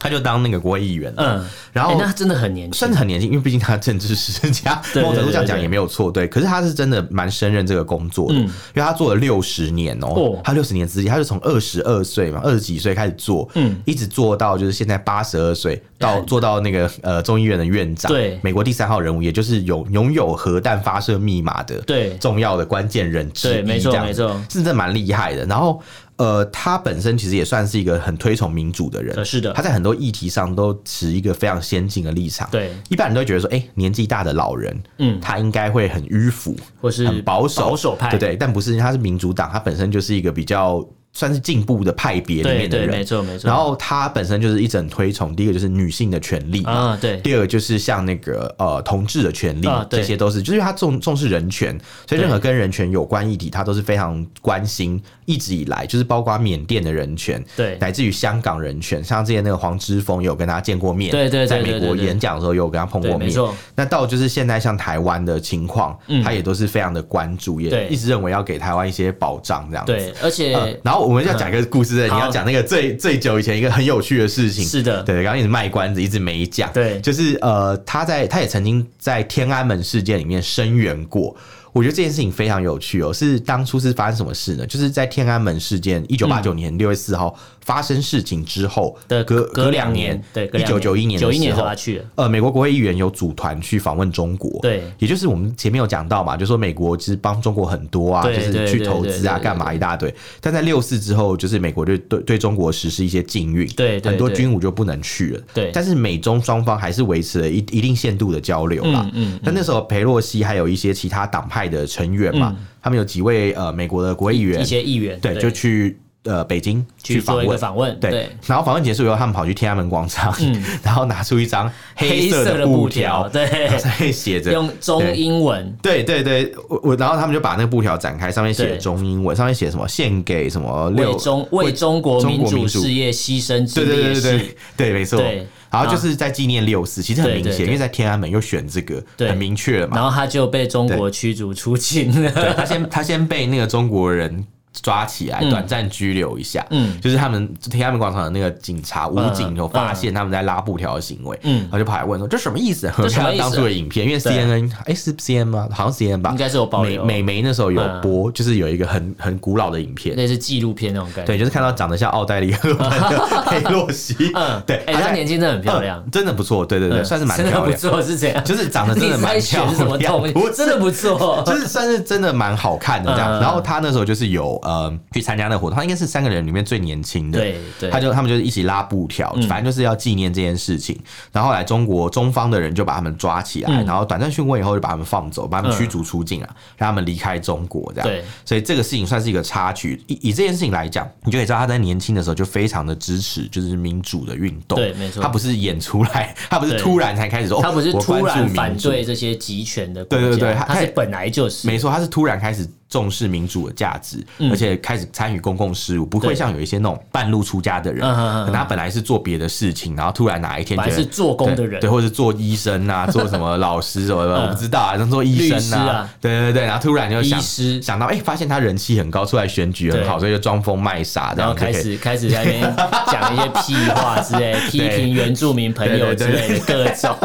S2: 他就当那个国会议员了。
S1: 嗯
S2: 然
S1: 哎、
S2: 后
S1: 那他真的很年轻
S2: 算是。很年轻，因为毕竟他政治世家，
S1: 对对对嗯
S2: 某种程度上讲也没有错，对。可是他是真的蛮胜任这个工作的，因为他做了六十年哦、
S1: 哦
S2: 他六十年资历，他就从二十二岁嘛，二十几岁开始做，嗯，一直做到就是现在八十二岁，到做到那个呃众议院的院长，
S1: 哎对
S2: 美国第三号人物，也就是有拥有核弹发射密码的，
S1: 对
S2: 重要的关键人之一，
S1: 对没错
S2: 这样子
S1: 没错
S2: 是真的蛮厉害的。然后。呃，他本身其实也算是一个很推崇民主的
S1: 呃
S2: 人，
S1: 是的
S2: 他在很多议题上都持一个非常先进的立场，
S1: 对
S2: 一般人都会觉得说，哎、年纪大的老人，嗯，他应该会很迂腐，
S1: 或是
S2: 很保守，
S1: 保守派
S2: 对不对？但不是，他是民主党，他本身就是一个比较算是进步的派别里
S1: 对
S2: 面的
S1: 对，
S2: 人，
S1: 没错没错。
S2: 然后他本身就是一直很推崇，第一个就是女性的权利嘛
S1: 啊对
S2: 第二个就是像那个呃同志的权利，
S1: 啊对
S2: 这些都是，就是因为他重重视人权，所以任何跟人权有关议题，他都是非常关心，一直以来就是包括缅甸的人权，
S1: 对
S2: 乃至于香港人权，像之前那个黄之锋有跟他见过面，
S1: 对对对
S2: 在
S1: 对
S2: 美
S1: 对
S2: 国
S1: 对
S2: 演讲的时候有跟他碰
S1: 对
S2: 过
S1: 没
S2: 面
S1: 错，嗯
S2: 那到就是现在像台湾的情况，他也都是非常的关注，
S1: 对
S2: 也一直认为要给台湾一些保障这样子，
S1: 对，而且、
S2: 呃然后我们要讲一个故事，你要
S1: 好
S2: 讲那个最最久以前一个很有趣的事情。
S1: 是的
S2: 对，刚刚一直卖关子，一直没讲。
S1: 对
S2: 就是呃，他在他也曾经在天安门事件里面声援过。我觉得这件事情非常有趣哦，是当初是发生什么事呢？就是在天安门事件一九八九年六月四号发生事情之后
S1: 嗯的
S2: 隔
S1: 隔两年对隔
S2: 一
S1: 两年
S2: 九九一年的
S1: 91年
S2: 时候
S1: 他去了
S2: 呃，美国国会议员有组团去访问中国，
S1: 对
S2: 也就是我们前面有讲到嘛，就说美国其实帮中国很多啊，就
S1: 对
S2: 是
S1: 对
S2: 去
S1: 对
S2: 投
S1: 对
S2: 资啊，
S1: 对对
S2: 干嘛一大堆。但在六四之后，就是美国就对对中国实施一些禁运，
S1: 对对
S2: 很多
S1: 对
S2: 军武就不能去了。
S1: 对
S2: 但是美中双方还是维持了一一定限度的交流啦。
S1: 嗯嗯
S2: 但那时候裴洛西还有一些其他党派的成员嘛，他们有几位呃美国的国会议员
S1: 嗯一，些议员
S2: 对，就去呃北京
S1: 去
S2: 访
S1: 做一
S2: 问
S1: 个。访问，
S2: 对，然后访问结束以后，他们跑去天安门广场， 然后拿出一张
S1: 嗯黑
S2: 色
S1: 色的
S2: 布
S1: 布条，，对，
S2: 上面写着
S1: 用中
S2: 对
S1: 英文，
S2: 对对对，我我然后他们就把那个布条展开，上面写
S1: 对
S2: 中英文，上面写什么献给什么
S1: 为
S2: 六
S1: 中为中国
S2: 中
S1: 民
S2: 国
S1: 主
S2: 民主
S1: 事业牺牲之
S2: 对对
S1: 烈
S2: 对对
S1: 士，
S2: 对对，没错
S1: 对。
S2: 然后就是在纪念六四，其实很
S1: 对
S2: 明
S1: 对
S2: 显，
S1: 对
S2: 因为在天安门又选这个，
S1: 对
S2: 很明确了嘛。
S1: 然后他就被中国驱逐出境
S2: 对
S1: 了。
S2: 他先他先被那个中国人抓起来，短暂拘留一下。
S1: 嗯
S2: 就是他们天安门广场的那个警察武警有发现他们在拉布条的行为，
S1: 嗯
S2: 然后就跑来问说这什么意思？
S1: 这什么
S2: 看
S1: 意
S2: 到
S1: 思
S2: 当初的影片，因为
S1: 对
S2: CNN 哎是 CNN 吗？好像 CNN 吧，
S1: 应该是有保
S2: 美
S1: 留
S2: 美媒那时候有
S1: 嗯
S2: 播，就是有一个很很古老的影片。
S1: 类似纪录片那种感觉，
S2: 对，就是看到长得像奥黛丽赫本的裴洛西，
S1: 嗯，
S2: 对，
S1: 哎，她
S2: 在
S1: 年轻真的很漂亮
S2: 嗯，真的不错，对对对，
S1: 嗯
S2: 算是蛮
S1: 真的
S2: 漂
S1: 不
S2: 亮，
S1: 错，是这样，
S2: 就是长得真的
S1: 你
S2: 蛮
S1: 在选
S2: 漂
S1: 什么
S2: 亮，
S1: 东西？真的不错，
S2: 就是算是真的蛮好看的这样。
S1: 嗯
S2: 然后他那时候就是有呃去参加那个活动，他应该是三个人里面最年轻的，
S1: 对对嗯
S2: 他就他们就是一起拉布条，反正就是要纪念这件事情。然后后来中国中方的人就把他们抓起来，
S1: 嗯
S2: 然后短暂讯问以后就把他们放走，把他
S1: 嗯
S2: 们驱逐出境啊，让他们离开中国这样。
S1: 对
S2: 所以这个事情算是一个插曲。以以这件事情来讲，你就可以知道他在年轻的时候就非常的支持就是民主的运动，
S1: 对没错
S2: 他不是演出来， 他不是
S1: 对
S2: 突然才开始说，哦
S1: 他不是
S2: 我关
S1: 突
S2: 注
S1: 然
S2: 民
S1: 反
S2: 主
S1: 对这些集权的国
S2: 对对对
S1: 家
S2: 他
S1: 他是
S2: 他
S1: 本来就是，
S2: 没错，他是突然开始重视民主的价值，而且开始参与公共事务，不
S1: 嗯
S2: 会
S1: 对
S2: 像有一些那种半路出家的人，
S1: 嗯嗯嗯嗯
S2: 可能他本来是做别的事情，然后突然哪一天
S1: 本
S2: 觉
S1: 来
S2: 得
S1: 是做工的
S2: 对
S1: 人嗯
S2: 对，，或者是做医 生啊，做什么老师什么的，我不知道啊，像做医
S1: 律师
S2: 生
S1: 啊
S2: 对对对，然后突然就想
S1: 医师
S2: 想到，哎，发现他人气很高，出来选举很
S1: 对
S2: 好，所以就装疯卖傻，这
S1: 然后
S2: 样就可
S1: 开
S2: 以
S1: 始开始在那边讲一些屁话之类，批评原住民朋友之类的各种。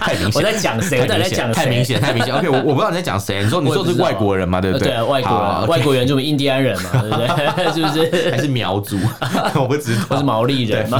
S2: 太明显
S1: 我在讲谁？
S2: 太
S1: 我到底在
S2: 明显
S1: 讲谁？
S2: 太明显，太明显。OK，我 我不知道你在讲谁，你说你
S1: 我也
S2: 说
S1: 不
S2: 的
S1: 知
S2: 是
S1: 道
S2: 外国人嘛，对
S1: 呃。
S2: 不
S1: 对啊，外国
S2: 好
S1: 人
S2: OK
S1: 外国原住民印第安人嘛，对不对？ 是不
S2: 还
S1: 是？
S2: 是苗族，我不知道，
S1: 或是毛利人嘛？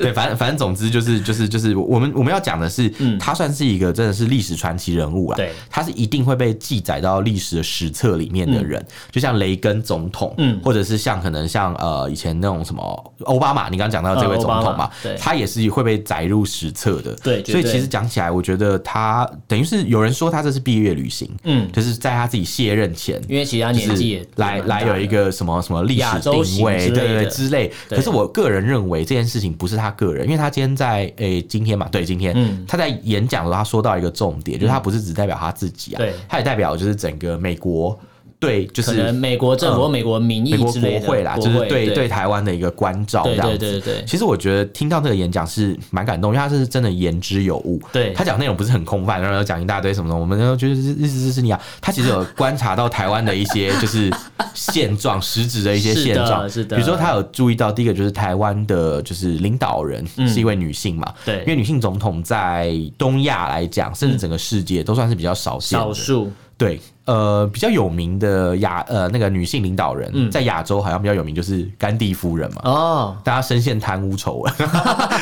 S2: 对，反正反正总之就是就是就是我们我们要讲的是，他算是一个真的是历史传奇人物
S1: 嗯
S2: 啦。
S1: 对
S2: 他是一定会被记载到历史的史册里面的人，就像雷根总统，
S1: 嗯
S2: 或者是像可能像呃以前那种什么奥巴马，你刚刚讲到这位
S1: 呃
S2: 总
S1: 奥巴马
S2: 统嘛，
S1: 对
S2: 他也是会被载入史册的。
S1: 对绝
S2: 所以
S1: 对
S2: 其实讲起来，我觉得他等于是有人说他这是毕业旅行，
S1: 嗯，
S2: 就是在他自己卸任前，
S1: 因为其实他
S2: 就
S1: 年纪
S2: 是
S1: 也
S2: 来
S1: 蛮大
S2: 来有一
S1: 的
S2: 个什么什么历
S1: 亚
S2: 史
S1: 洲
S2: 定
S1: 型
S2: 位，
S1: 之
S2: 对
S1: 类
S2: 对
S1: 的
S2: 之类。
S1: 对
S2: 可是我个人认为这件事情不是他个人，因为他今天在诶、今天嘛，对今天、
S1: 嗯
S2: 他在演讲的时候，他说到一个重点，就是他不是只代表他自己啊
S1: 对，
S2: 他也代表就是整个美国对就
S1: 可能
S2: 是。
S1: 美国政府、或美国民意
S2: 嗯美国
S1: 之类
S2: 国
S1: 的
S2: 会啦，就是对
S1: 对
S2: 对台湾的一个关照，这
S1: 对
S2: 样
S1: 对对
S2: 子。
S1: 对
S2: 其实我觉得听到这个演讲是蛮感动，因为他是真的言之有物。
S1: 对
S2: 他讲内容不是很空泛，然后讲一大堆什么的，我们就觉得日日日是你啊。他其实有观察到台湾的一些就是 现状，实质的一些
S1: 是的
S2: 现状。
S1: 是的
S2: 比如说他有注意到第一个就是台湾的就是领导人是一位女性嘛，
S1: 嗯对
S2: 因为女性总统在东亚来讲，甚至整个世界都算是比较少见的
S1: 少数
S2: 对，呃，比较有名的亚呃那个女性领导人，
S1: 嗯
S2: 在亚洲好像比较有名就是甘地夫人嘛，
S1: 哦，
S2: 大家深陷贪污丑 闻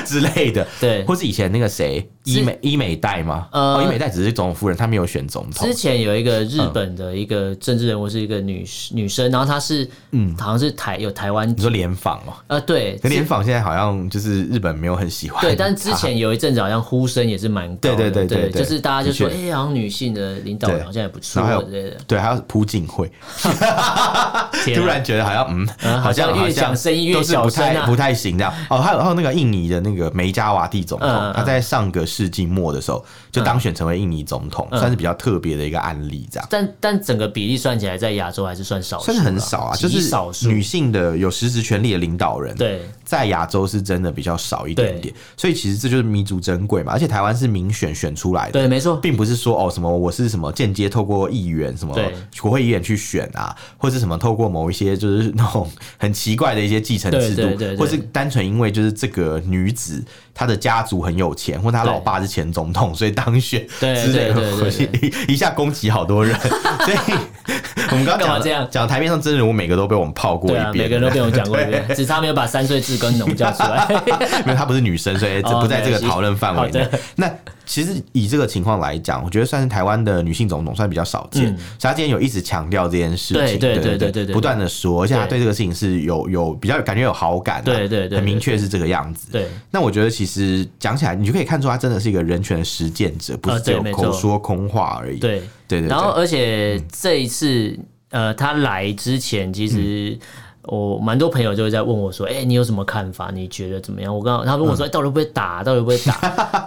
S2: 之类的，
S1: 对
S2: 或是以前那个谁
S1: 之
S2: 伊美伊美代嘛，
S1: 呃
S2: 哦，伊美代只是总统夫人，她没有选总统
S1: 之，前有一个日本的一个政治人物是一个女女生，然后她是嗯，好像是台有台湾
S2: 你说联访哦，
S1: 呃对
S2: 可联访现在好像就是日本没有很喜欢她，
S1: 对，但是之前有一阵子好像呼声也是蛮高的，
S2: 对对对对
S1: 对
S2: 对
S1: 就是大家就说，
S2: 的确
S1: 哎，好像女性的领导人好像也不错
S2: 然后还有
S1: 之类的。
S2: 对，还有朴槿惠，
S1: 天啊
S2: 突然觉得好像嗯，
S1: 嗯好像
S2: 像好
S1: 越
S2: 像
S1: 讲声音越
S2: 都是
S1: 小
S2: 不
S1: 声
S2: 太
S1: 啊
S2: 不太行这样。哦，还有还有那个印尼的那个梅加瓦蒂总统
S1: 嗯嗯，嗯
S2: 他在上个世纪末的时候就当选成为印尼总统，
S1: 嗯
S2: 算是比较特别的一个案例，这样。
S1: 但但整个比例算起来，在亚洲还是算少数啦，
S2: 算是很少啊，就
S1: 极
S2: 是
S1: 少数。
S2: 女性的有实质权利的领导人，
S1: 对，
S2: 在亚洲是真的比较少一点点，所以其实这就是弥足珍贵嘛。而且台湾是民选选出来的，
S1: 对没错
S2: 并不是说哦什么我是什么间接透过议员什么
S1: 对
S2: 国会议员去选啊，或是什么透过某一些就是那种很奇怪的一些继承制度，
S1: 对对对对
S2: 或是单纯因为就是这个女子她的家族很有钱，或她老爸是前总统，所以当选
S1: 对
S2: 之类
S1: 对对
S2: 的，
S1: 对
S2: 一一下攻击好多人， 所以 我们刚刚
S1: 干嘛
S2: 讲
S1: 这样
S2: 的讲台面上真人物，每个都被我们泡 过
S1: 对
S2: 一
S1: 啊，每
S2: 遍
S1: 个人都，被我讲过一 遍，只差没有把三岁字跟农叫出来。
S2: 因为她不是女生，所以这
S1: 哦
S2: 不在这个
S1: 没关系
S2: 讨论范围内
S1: 好的。
S2: 那其实以这个情况来讲，我觉得算是台湾的女性总统算比较少
S1: 嗯
S2: 见，所以她今天有一直强调这件事
S1: 对
S2: 情，
S1: 对
S2: 对
S1: 对对对对
S2: 不断的说，而且她
S1: 对
S2: 对这个事情是有有比较感觉有好感啊，
S1: 对对对对
S2: 很明确是这个样子。
S1: 对，
S2: 那我觉得其实讲起来，你就可以看出她真的是一个人权的实践者，不是
S1: 呃
S2: 只
S1: 对
S2: 有
S1: 没错
S2: 口说空话而已。
S1: 对
S2: 对对，
S1: 然后
S2: 对
S1: 而且这一次，呃，他来之前其
S2: 嗯
S1: 实。我蛮多朋友就会在问我说：“哎、你有什么看法？你觉得怎么样？”我刚他问我说：“哎到底会不会打？到底会不会打？”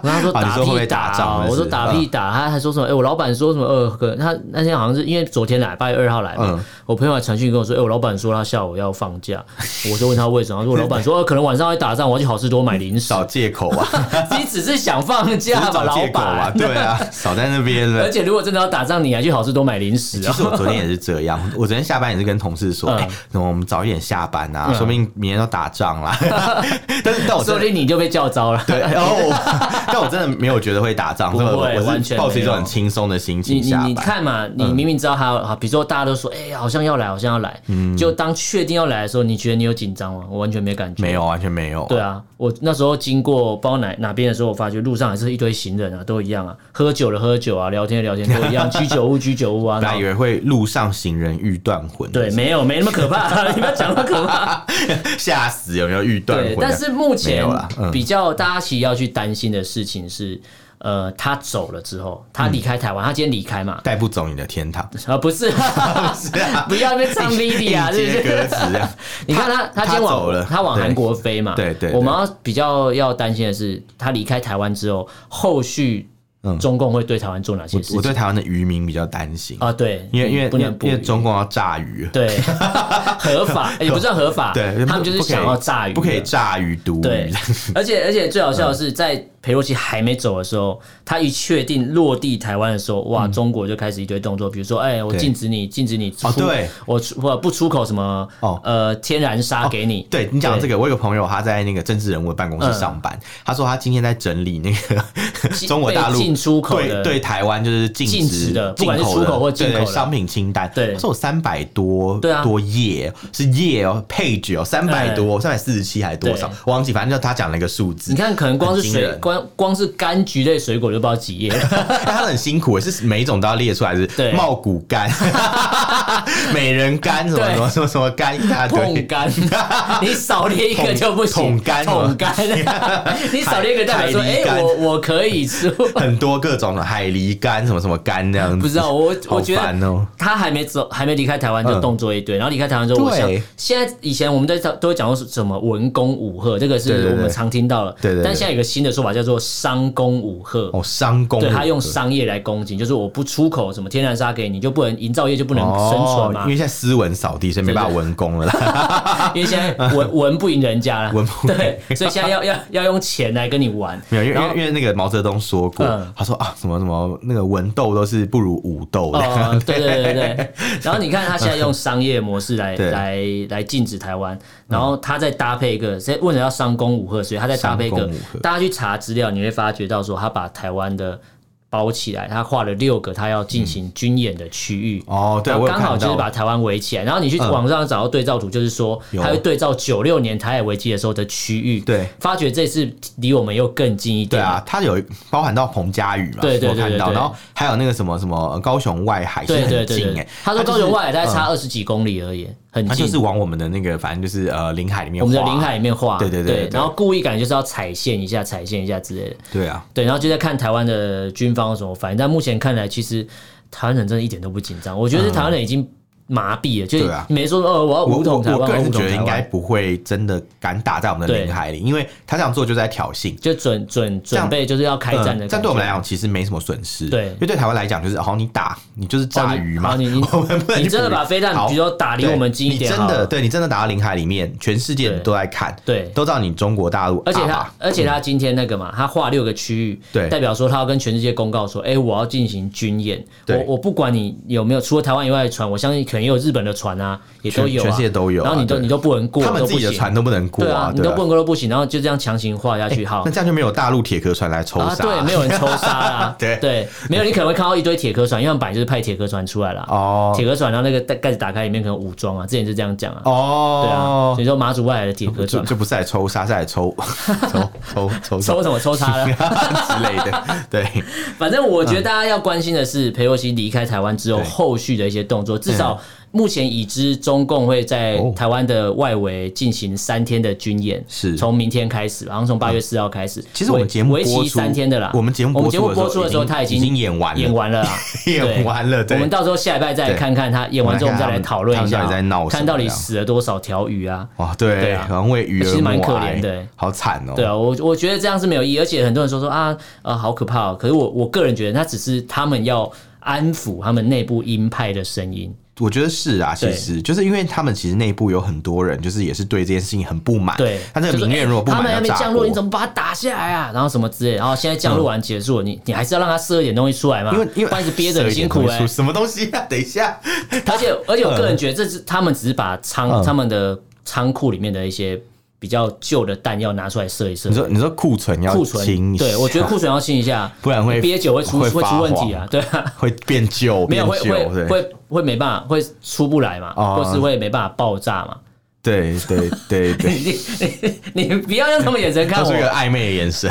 S1: 我跟他说：“
S2: 嗯啊你
S1: 打
S2: 说会不
S1: 屁
S2: 会打仗
S1: 打！”
S2: 还是嗯
S1: 我说：“打屁打！”他还说什么？哎、我老板说什么？呃，可他那天好像是因为昨天来，八月二号来嘛。
S2: 嗯
S1: 我朋友还传讯跟我说：“哎、我老板说他下午要放假。” 我就问他为什么？他说：“我老板说、呃可能晚上会打仗，我要去好事多买零食。
S2: 找借口啊，
S1: 你只是想放
S2: 只
S1: 假
S2: 是
S1: 吧，
S2: 找
S1: 老
S2: 借口啊，
S1: 板。
S2: 对啊，少在那边 了
S1: 而。且如果真的要打仗，你还去好事多买零食
S2: 其
S1: 啊？
S2: 实我昨天也是这样，我昨天下班也是跟同事说，
S1: 嗯
S2: 哎、那我们早一点下班啊，
S1: 嗯
S2: 说不定明天要打仗啦。 但是，但
S1: 说
S2: 我真
S1: 不
S2: 的
S1: 定你就被叫招了。
S2: 对，然后我但我真的没有觉得会打仗，
S1: 不
S2: 所以我
S1: 会
S2: 我
S1: 完
S2: 是
S1: 全
S2: 抱持一种
S1: 没有
S2: 很轻松的心情
S1: 你你
S2: 下
S1: 你
S2: 班。
S1: 看嘛，你
S2: 嗯
S1: 明明知道他，好比如说大家都说，哎、好像要来，好像要来，
S2: 嗯
S1: 就当确定要来的时候，你觉得你有紧张吗？我完全没感觉。
S2: 没有，完全没有。
S1: 对啊，我那时候经过不知道哪哪边的时候，我发觉路上还是一堆行人啊，都一样啊，喝酒的喝酒啊，聊天的聊天，都一 样，居酒屋居酒屋啊。
S2: 本
S1: 然
S2: 来
S1: 后
S2: 以为会路上行人欲断魂，
S1: 对，没有没那么可怕， 你不要讲那么可 怕。
S2: 吓死有没有欲断
S1: 对
S2: 魂？，啊
S1: 但是目
S2: 没
S1: 前
S2: 有啦嗯
S1: 比较大家其实要去担心的事情是，呃，他走了之后，他离开台湾，他今天离开嘛？
S2: 带不走你的天堂，
S1: 啊，不 是，不要被唱 VD 啊，是不
S2: 啊接歌
S1: 是？
S2: 词 这样。
S1: 你看他，
S2: 他
S1: 今天
S2: 走了
S1: 往他往
S2: 对
S1: 韩国飞嘛？
S2: 对对对
S1: 我们要比较要担心的是，他离开台湾之后，后续中共会对台湾做哪些事
S2: 嗯
S1: 情
S2: 我对台湾的渔民比较担心，
S1: 啊？对，
S2: 因为因为
S1: 不能
S2: 因为
S1: 捕
S2: 因为
S1: 鱼
S2: 中共要炸鱼，
S1: 对 合法，也不算合法，
S2: 对，
S1: 他们
S2: 不
S1: 就是
S2: 不可以
S1: 想要炸鱼，
S2: 不可以炸鱼毒鱼。
S1: 对， 而且而且最好笑的
S2: 嗯
S1: 是，在裴洛西还没走的时候，他一确定落地台湾的时候，哇，中国就开始一堆动作，比如说，哎，我
S2: 嗯对
S1: 禁止你，禁止你出，
S2: 哦对
S1: 我出我不出口什么，
S2: 哦
S1: 呃，天然砂给你，
S2: 对你讲到这
S1: 个
S2: 个，我有个朋友，他在那个政治人物的办公室上班，他说他今天在整理那个中国大陆
S1: 嗯进出口
S2: 对
S1: 的，
S2: 对台湾就是禁止
S1: 禁止的不管是
S2: 进
S1: 出
S2: 口
S1: 口或进口的
S2: 对对商品清单，
S1: 对
S2: 他说有三百多
S1: 对啊哎
S2: 多页，是页哦，page 哦，三百多，三百四十七还是多少
S1: 对？
S2: 我忘记，反正就他讲了一个数字。
S1: 你看，可能光是
S2: 很惊
S1: 水
S2: 人
S1: 光光是柑橘类水果就不知道几页了，
S2: 但哎他很辛苦，是每一种都要列出来，是
S1: 对
S2: 茂谷柑、 美人柑什么
S1: 对
S2: 什么什么什么柑一大
S1: 碰
S2: 堆。
S1: 柑， 你少列一个就不行，
S2: 桶桶柑
S1: 桶 柑，你少列一个代表说，
S2: 哦海
S1: 哎
S2: 海狸、柑
S1: 我我可以出。
S2: 很多各种的海狸柑什么什么柑那样 子，
S1: 不知道我，我
S2: 好
S1: 觉得
S2: 烦哦。
S1: 他还没走，还没离开台湾就动作一堆，然后离开台湾之后，我想
S2: 嗯对
S1: 现在以前我们在讲都会讲过什么文公武赫，这个
S2: 对对
S1: 是
S2: 对
S1: 我们常听到了，
S2: 对对对
S1: 但现在有个新的说法叫做商公武赫。
S2: 哦，商工，
S1: 对他用商业来攻击，就是我不出口什么天然砂给你，就不能营造业就不能生存嘛，
S2: 哦因为现在斯文扫地，所以没办法文工了啦。
S1: 因为现在文文不赢人家了，
S2: 文不赢
S1: 对，所以现在要要要用钱来跟你玩，
S2: 没有，因为
S1: 然
S2: 因
S1: 后
S2: 为因为那个毛泽东说过
S1: 嗯，
S2: 他说啊，什么什么那个文斗都是不如武斗的。
S1: 哦，对对对对。然后你看他现在用商业模式来
S2: 对
S1: 来来禁止台湾，然后他再搭配一个，所以为了要商攻武赫，所以他再搭配一
S2: 商
S1: 个
S2: 攻武赫，
S1: 大家去查资料，你会发觉到说他把台湾的。包起来，他画了六个他要进行军演的区域。
S2: 哦对
S1: 然后
S2: 我有
S1: 刚好
S2: 看到嗯
S1: 就是把台湾围起来。然后你去网上找到对照图，就是说
S2: 有
S1: 他会对照九六年台海危机的时候的区域，
S2: 对
S1: 发觉这次离我们又更近一
S2: 对
S1: 点。
S2: 啊，他有包含到彭佳屿嘛，
S1: 对对对
S2: 我看
S1: 对
S2: 到，
S1: 对对
S2: 然后还有那个什么什么高雄外海是
S1: 对对
S2: 很
S1: 对
S2: 近
S1: 对
S2: 哎，，
S1: 他说
S2: 就是
S1: 高雄外海大概
S2: 嗯
S1: 差二十几公里而已，很
S2: 他
S1: 近
S2: 就。是往我们的那个，反正就是呃领海里面，
S1: 我们的领海，里面画，
S2: 对对对对对
S1: 然后故意感觉就是要踩线一下、踩线一下之类的，
S2: 对啊，
S1: 对，然后就在看台湾的军方有什么反应，但目前看来，其实台湾人真的一点都不紧张，我觉得台湾人已经麻痹了，就是
S2: 对啊
S1: 没说哦，我要
S2: 我
S1: 武
S2: 我
S1: 统台
S2: 我
S1: 湾，
S2: 个
S1: 要
S2: 人
S1: 武
S2: 是
S1: 统
S2: 觉得
S1: 台
S2: 应该
S1: 湾，
S2: 不会真的敢打在我们的
S1: 对
S2: 领海里，因为他这样做就在挑衅。
S1: 就准准
S2: 样
S1: 准备就是要开战的感觉，
S2: 嗯这样对我们来讲其实没什么损失，
S1: 对
S2: 因为对台湾来讲就是，哦好，你打你就是炸鱼嘛，
S1: 哦你哦你
S2: 我们不能去
S1: 你真的
S2: 捕鱼
S1: 把飞弹
S2: 好
S1: 比如说打离我们近一点
S2: 对你真
S1: 好
S2: 的
S1: 了
S2: 对你真的打到领海里面，全世界
S1: 对
S2: 都在看，
S1: 对
S2: 都知道你中国大陆，
S1: 而且
S2: 阿
S1: 他
S2: 爸，
S1: 而且他今天那个嘛，他划六个区域，
S2: 对
S1: 代表说他要跟全世界公告说，哎，我要进行军演，
S2: 对
S1: 我我不管你有没有，除了台湾以外的船，我相信可也有日本的船啊，也都
S2: 全
S1: 有、啊，
S2: 全世界都有啊
S1: 然后你都
S2: 对
S1: 你都不能过，
S2: 他们
S1: 都
S2: 自
S1: 不
S2: 己的
S1: 行
S2: 船都不能过
S1: 对啊，你
S2: 对
S1: 都不能过都不行，然后就这样强行画下去，好
S2: 那。这样就没有大陆铁壳船来抽
S1: 啊，
S2: 杀，，
S1: 对，没有人抽杀啦
S2: 对
S1: 没有，你可能会看到一堆铁壳船，因为他们本来就是派铁壳船出来啦。
S2: 哦
S1: 铁壳船，然后那个盖盖子打开，里面可能武装啊，之前是这样讲啊，对啊，
S2: 哦
S1: 所以，说马祖外来的铁壳
S2: 就
S1: 船嘛，
S2: 就不是来抽杀，是来抽 抽抽抽
S1: 抽什么抽查了？
S2: 之类的，对，
S1: 反正我觉得大家要关心的是佩洛西离开台湾之后
S2: 嗯对嗯
S1: 后续的一些动作，至少目前已知中共会在
S2: 哦
S1: 台湾的外围进行三天的军演，
S2: 是
S1: 从明天开始，好像从八月四号开始。
S2: 其实我们
S1: 为
S2: 节目
S1: 为
S2: 播
S1: 期
S2: 出
S1: 三天的啦，
S2: 我们节目
S1: 我们节目
S2: 播
S1: 播
S2: 出的时
S1: 出
S2: 候
S1: 的时候
S2: 已经
S1: 他
S2: 已
S1: 经
S2: 经演完了
S1: 演完了啦，
S2: 演完了，
S1: 我
S2: 对
S1: 们，到时候下礼拜再
S2: 对
S1: 看看他演完之后，我们再来讨论一下
S2: 我们看看他们到底在闹什么
S1: 看到底死了多少条鱼啊？
S2: 哇，对，
S1: 对啊
S2: 然后为鱼
S1: 其
S2: 儿
S1: 实蛮
S2: 默
S1: 可
S2: 哀
S1: 怜的欸
S2: 好惨哦，
S1: 对啊，我我觉得这样是没有意义，而且很多人说说啊，呃，好可怕、哦。可是我我个人觉得，那只是他们要安抚他们内部鹰派的声音。
S2: 我觉得是啊，其
S1: 对
S2: 实就是因为他们其实内部有很多人，就是也是对这件事情很不满。
S1: 对，
S2: 他这个
S1: 就是哎
S2: 民怨如果不
S1: 他
S2: 满，
S1: 们还没
S2: 要炸
S1: 降落，
S2: 锅
S1: 你怎么把它打下来啊？然后什么之类的，然后现在降落完结束了，你你还是要让他射一点东西出来嘛，
S2: 嗯因为因为
S1: 不然一 直憋着很辛苦哎、
S2: 出什么东西啊？等一下，
S1: 而且而且我个人觉得，这是他们只是把仓、
S2: 嗯
S1: 他们的仓库里面的一些比较旧的弹药拿出来射一射
S2: 你。说你说库存要
S1: 库
S2: 清
S1: 存，
S2: 一下，
S1: 对我觉得库存要清一下，
S2: 不然会
S1: 憋久会出
S2: 会
S1: 会
S2: 发
S1: 出问题
S2: 黄
S1: 啊，对啊。
S2: 会变旧，
S1: 没有会
S2: 变旧
S1: 会
S2: 对
S1: 会会没办法，会出不来嘛，
S2: 哦
S1: 或是会没办法爆炸嘛。
S2: 对对对对，
S1: 你 你你不要用什么眼神看
S2: 这
S1: 我啊
S2: 是一，个暧昧 的眼神。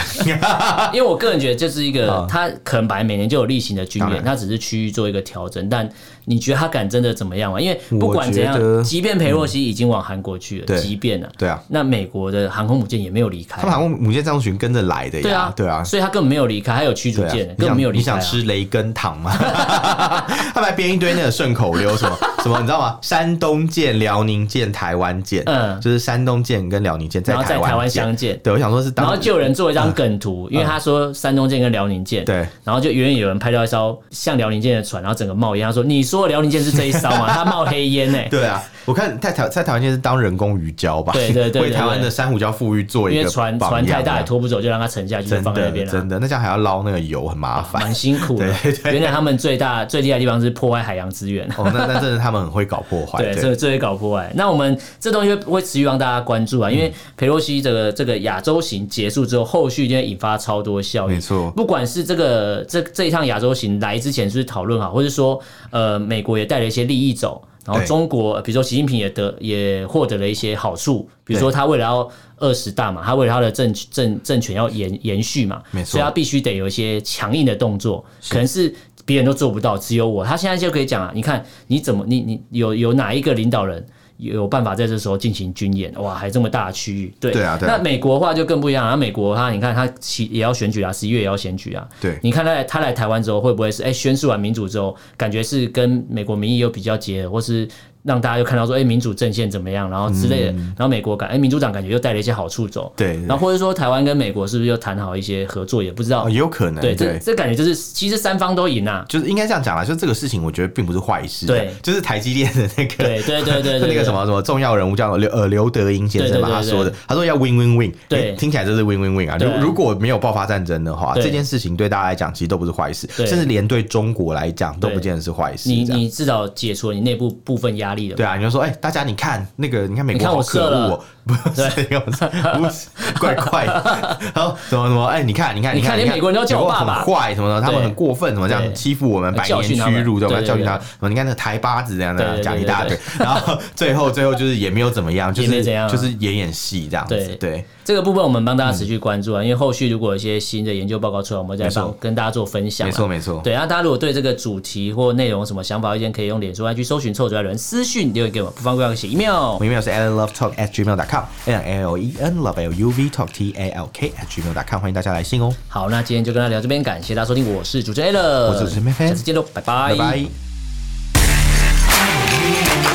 S1: 因为我个人觉得这是一个
S2: 啊，
S1: 他可能本来每年就有例行的军
S2: 当
S1: 演，
S2: 然
S1: 他只是区域做一个调整。但你觉得他敢真的怎么样嘛？因为不管怎
S2: 我觉得
S1: 样，即便裴洛西已经往韩国去了，
S2: 对
S1: 即便啊，
S2: 对啊，
S1: 那美国的航空母舰也没有离开啊
S2: 他们。好像母舰战斗群跟着来的呀，
S1: 对啊，
S2: 对啊，
S1: 所以他根本没有离开，还有驱逐
S2: 对啊
S1: 舰，，
S2: 你
S1: 根
S2: 想
S1: 本没有离
S2: 你
S1: 开啊。
S2: 想吃雷根糖吗？ 他们还编一堆那个顺口溜，什么什么，你知道吗？山东舰、辽宁舰、台湾舰，
S1: 嗯
S2: 就是山东舰跟辽宁舰在
S1: 然后在台
S2: 湾
S1: 湾
S2: 舰
S1: 相见
S2: 对，我想说是当，嗯
S1: 然后就有人做一张梗图，因为他说山东舰跟辽宁舰，
S2: 对，
S1: 然后就远远有人拍到一艘像辽宁舰的船，然后整个冒烟。他说：“你说的辽宁舰是这一艘吗？ 它冒黑烟呢、欸
S2: 对啊，我看在台在台湾舰是当人工鱼礁吧，
S1: 对对对对
S2: 为台湾的珊瑚礁富裕做一
S1: 因
S2: 个
S1: 为船
S2: 榜样
S1: 船太大
S2: 啊
S1: 也拖不走，就让它沉下去，就
S2: 真
S1: 放在那
S2: 的
S1: 边了
S2: 真。的，那这样还要捞那个油，很麻烦。
S1: 蛮辛苦的
S2: 对对，对
S1: 原来他们最大最厉害的地方是破坏海洋资源，
S2: 哦，那那真的他们很会搞破 坏，
S1: 嗯对，这这也搞破坏。那我们这东西会会持续让大家关注啊，因为佩洛西这个这个亚洲行结束之后，后续一定会引发超多效应。
S2: 没错
S1: 不管是这个这这一趟亚洲行来之前是不是讨论好，或是说呃美国也带了一些利益走。然后
S2: 对
S1: 中国，呃比如说习近平也得也获得了一些好处，比如说他为了要二十大嘛，他为了他的政政政权要延延续嘛，
S2: 没错
S1: 所以他必须得有一些强硬的动作，可能是别人都做不到，只有我。他现在就可以讲啊，你看你怎么你你有有哪一个领导人？有办法在这时候进行军演，哇，还这么大的区域，对
S2: 对啊对啊
S1: 那美国的话就更不一样啊，美国他你看他其也要选举啊，十一月也要选举啊，
S2: 对
S1: 你看他来他来台湾之后，会不会是哎、宣示完民主之后，感觉是跟美国民意又比较结合，或是让大家又看到说哎、民主阵线怎么样，然后之类的，然后美国感哎、民主党感觉又带了一些好处走，
S2: 嗯对对
S1: 然后或者说台湾跟美国是不是又谈好一些合作，也不知道
S2: 哦，也有可能，
S1: 对，这这感觉就是其实三方都赢 啊。
S2: 就是应该这样讲啦，就是这个事情，我觉得并不是坏事。啊
S1: 对
S2: 就是台积电的那个，
S1: 对对对对对
S2: 那个
S1: 对
S2: 什么什么重要人物叫刘呃刘德英先生
S1: 对
S2: 吧，
S1: 对对
S2: 他
S1: 对
S2: 说的，他说要 win win win，
S1: 对
S2: 诶听起来就是 win win win 啊。
S1: 对
S2: 如如果没有爆发战争的话，
S1: 对
S2: 这件事情对大家来讲其实都不是坏事，
S1: 对
S2: 甚至连对中国来讲都
S1: 对
S2: 不见得是坏事。
S1: 你
S2: 这样
S1: 你至少解除了你内部部分压力了
S2: 对
S1: 嘛。
S2: 啊，你就说，哎、大家你看那个，你看美
S1: 你
S2: 国
S1: 看
S2: 好
S1: 我
S2: 可
S1: 射
S2: 恶、
S1: 了
S2: 哦，不是，不是不是怪怪的，然后什么什么，哎、你看，你看，
S1: 你看
S2: 看，
S1: 连美国人都要叫我爸爸
S2: 美国很坏，什么的，他们
S1: 对
S2: 很过分，什么这样
S1: 对
S2: 欺负我们，百年
S1: 教训他们
S2: 屈辱，对我们
S1: 对
S2: 要
S1: 对
S2: 教训他
S1: 对，
S2: 什么你看那个台巴子这样
S1: 对
S2: 的，
S1: 对
S2: 讲一
S1: 对
S2: 大
S1: 对
S2: 堆，然后最后最后就是也没有怎么样，就
S1: 也
S2: 是
S1: 没怎样啊
S2: 就是演演戏这样子
S1: 对，
S2: 对，
S1: 这个部分我们帮大家持续关注啊，因为后续如果有一些新的研究报告出来，我们再
S2: 没错
S1: 帮跟大家做分享啊。
S2: 没错没错，
S1: 对，然后大家如果对这个主题或内容有什么想法、意见，可以用脸书、IG 搜寻“臭嘴艾伦”私讯留言给我们，不方便写 email
S2: 我。email 是 allenlovetalk at gmail.com，l l e n love l u v talk t a l k at gmail.com，欢迎大家来信哦，
S1: 好，那今天就跟大家聊这边，感谢大家收听，我是主持人 a l
S2: 我是主持人 Fan
S1: 下次见喽，拜拜，
S2: 拜拜。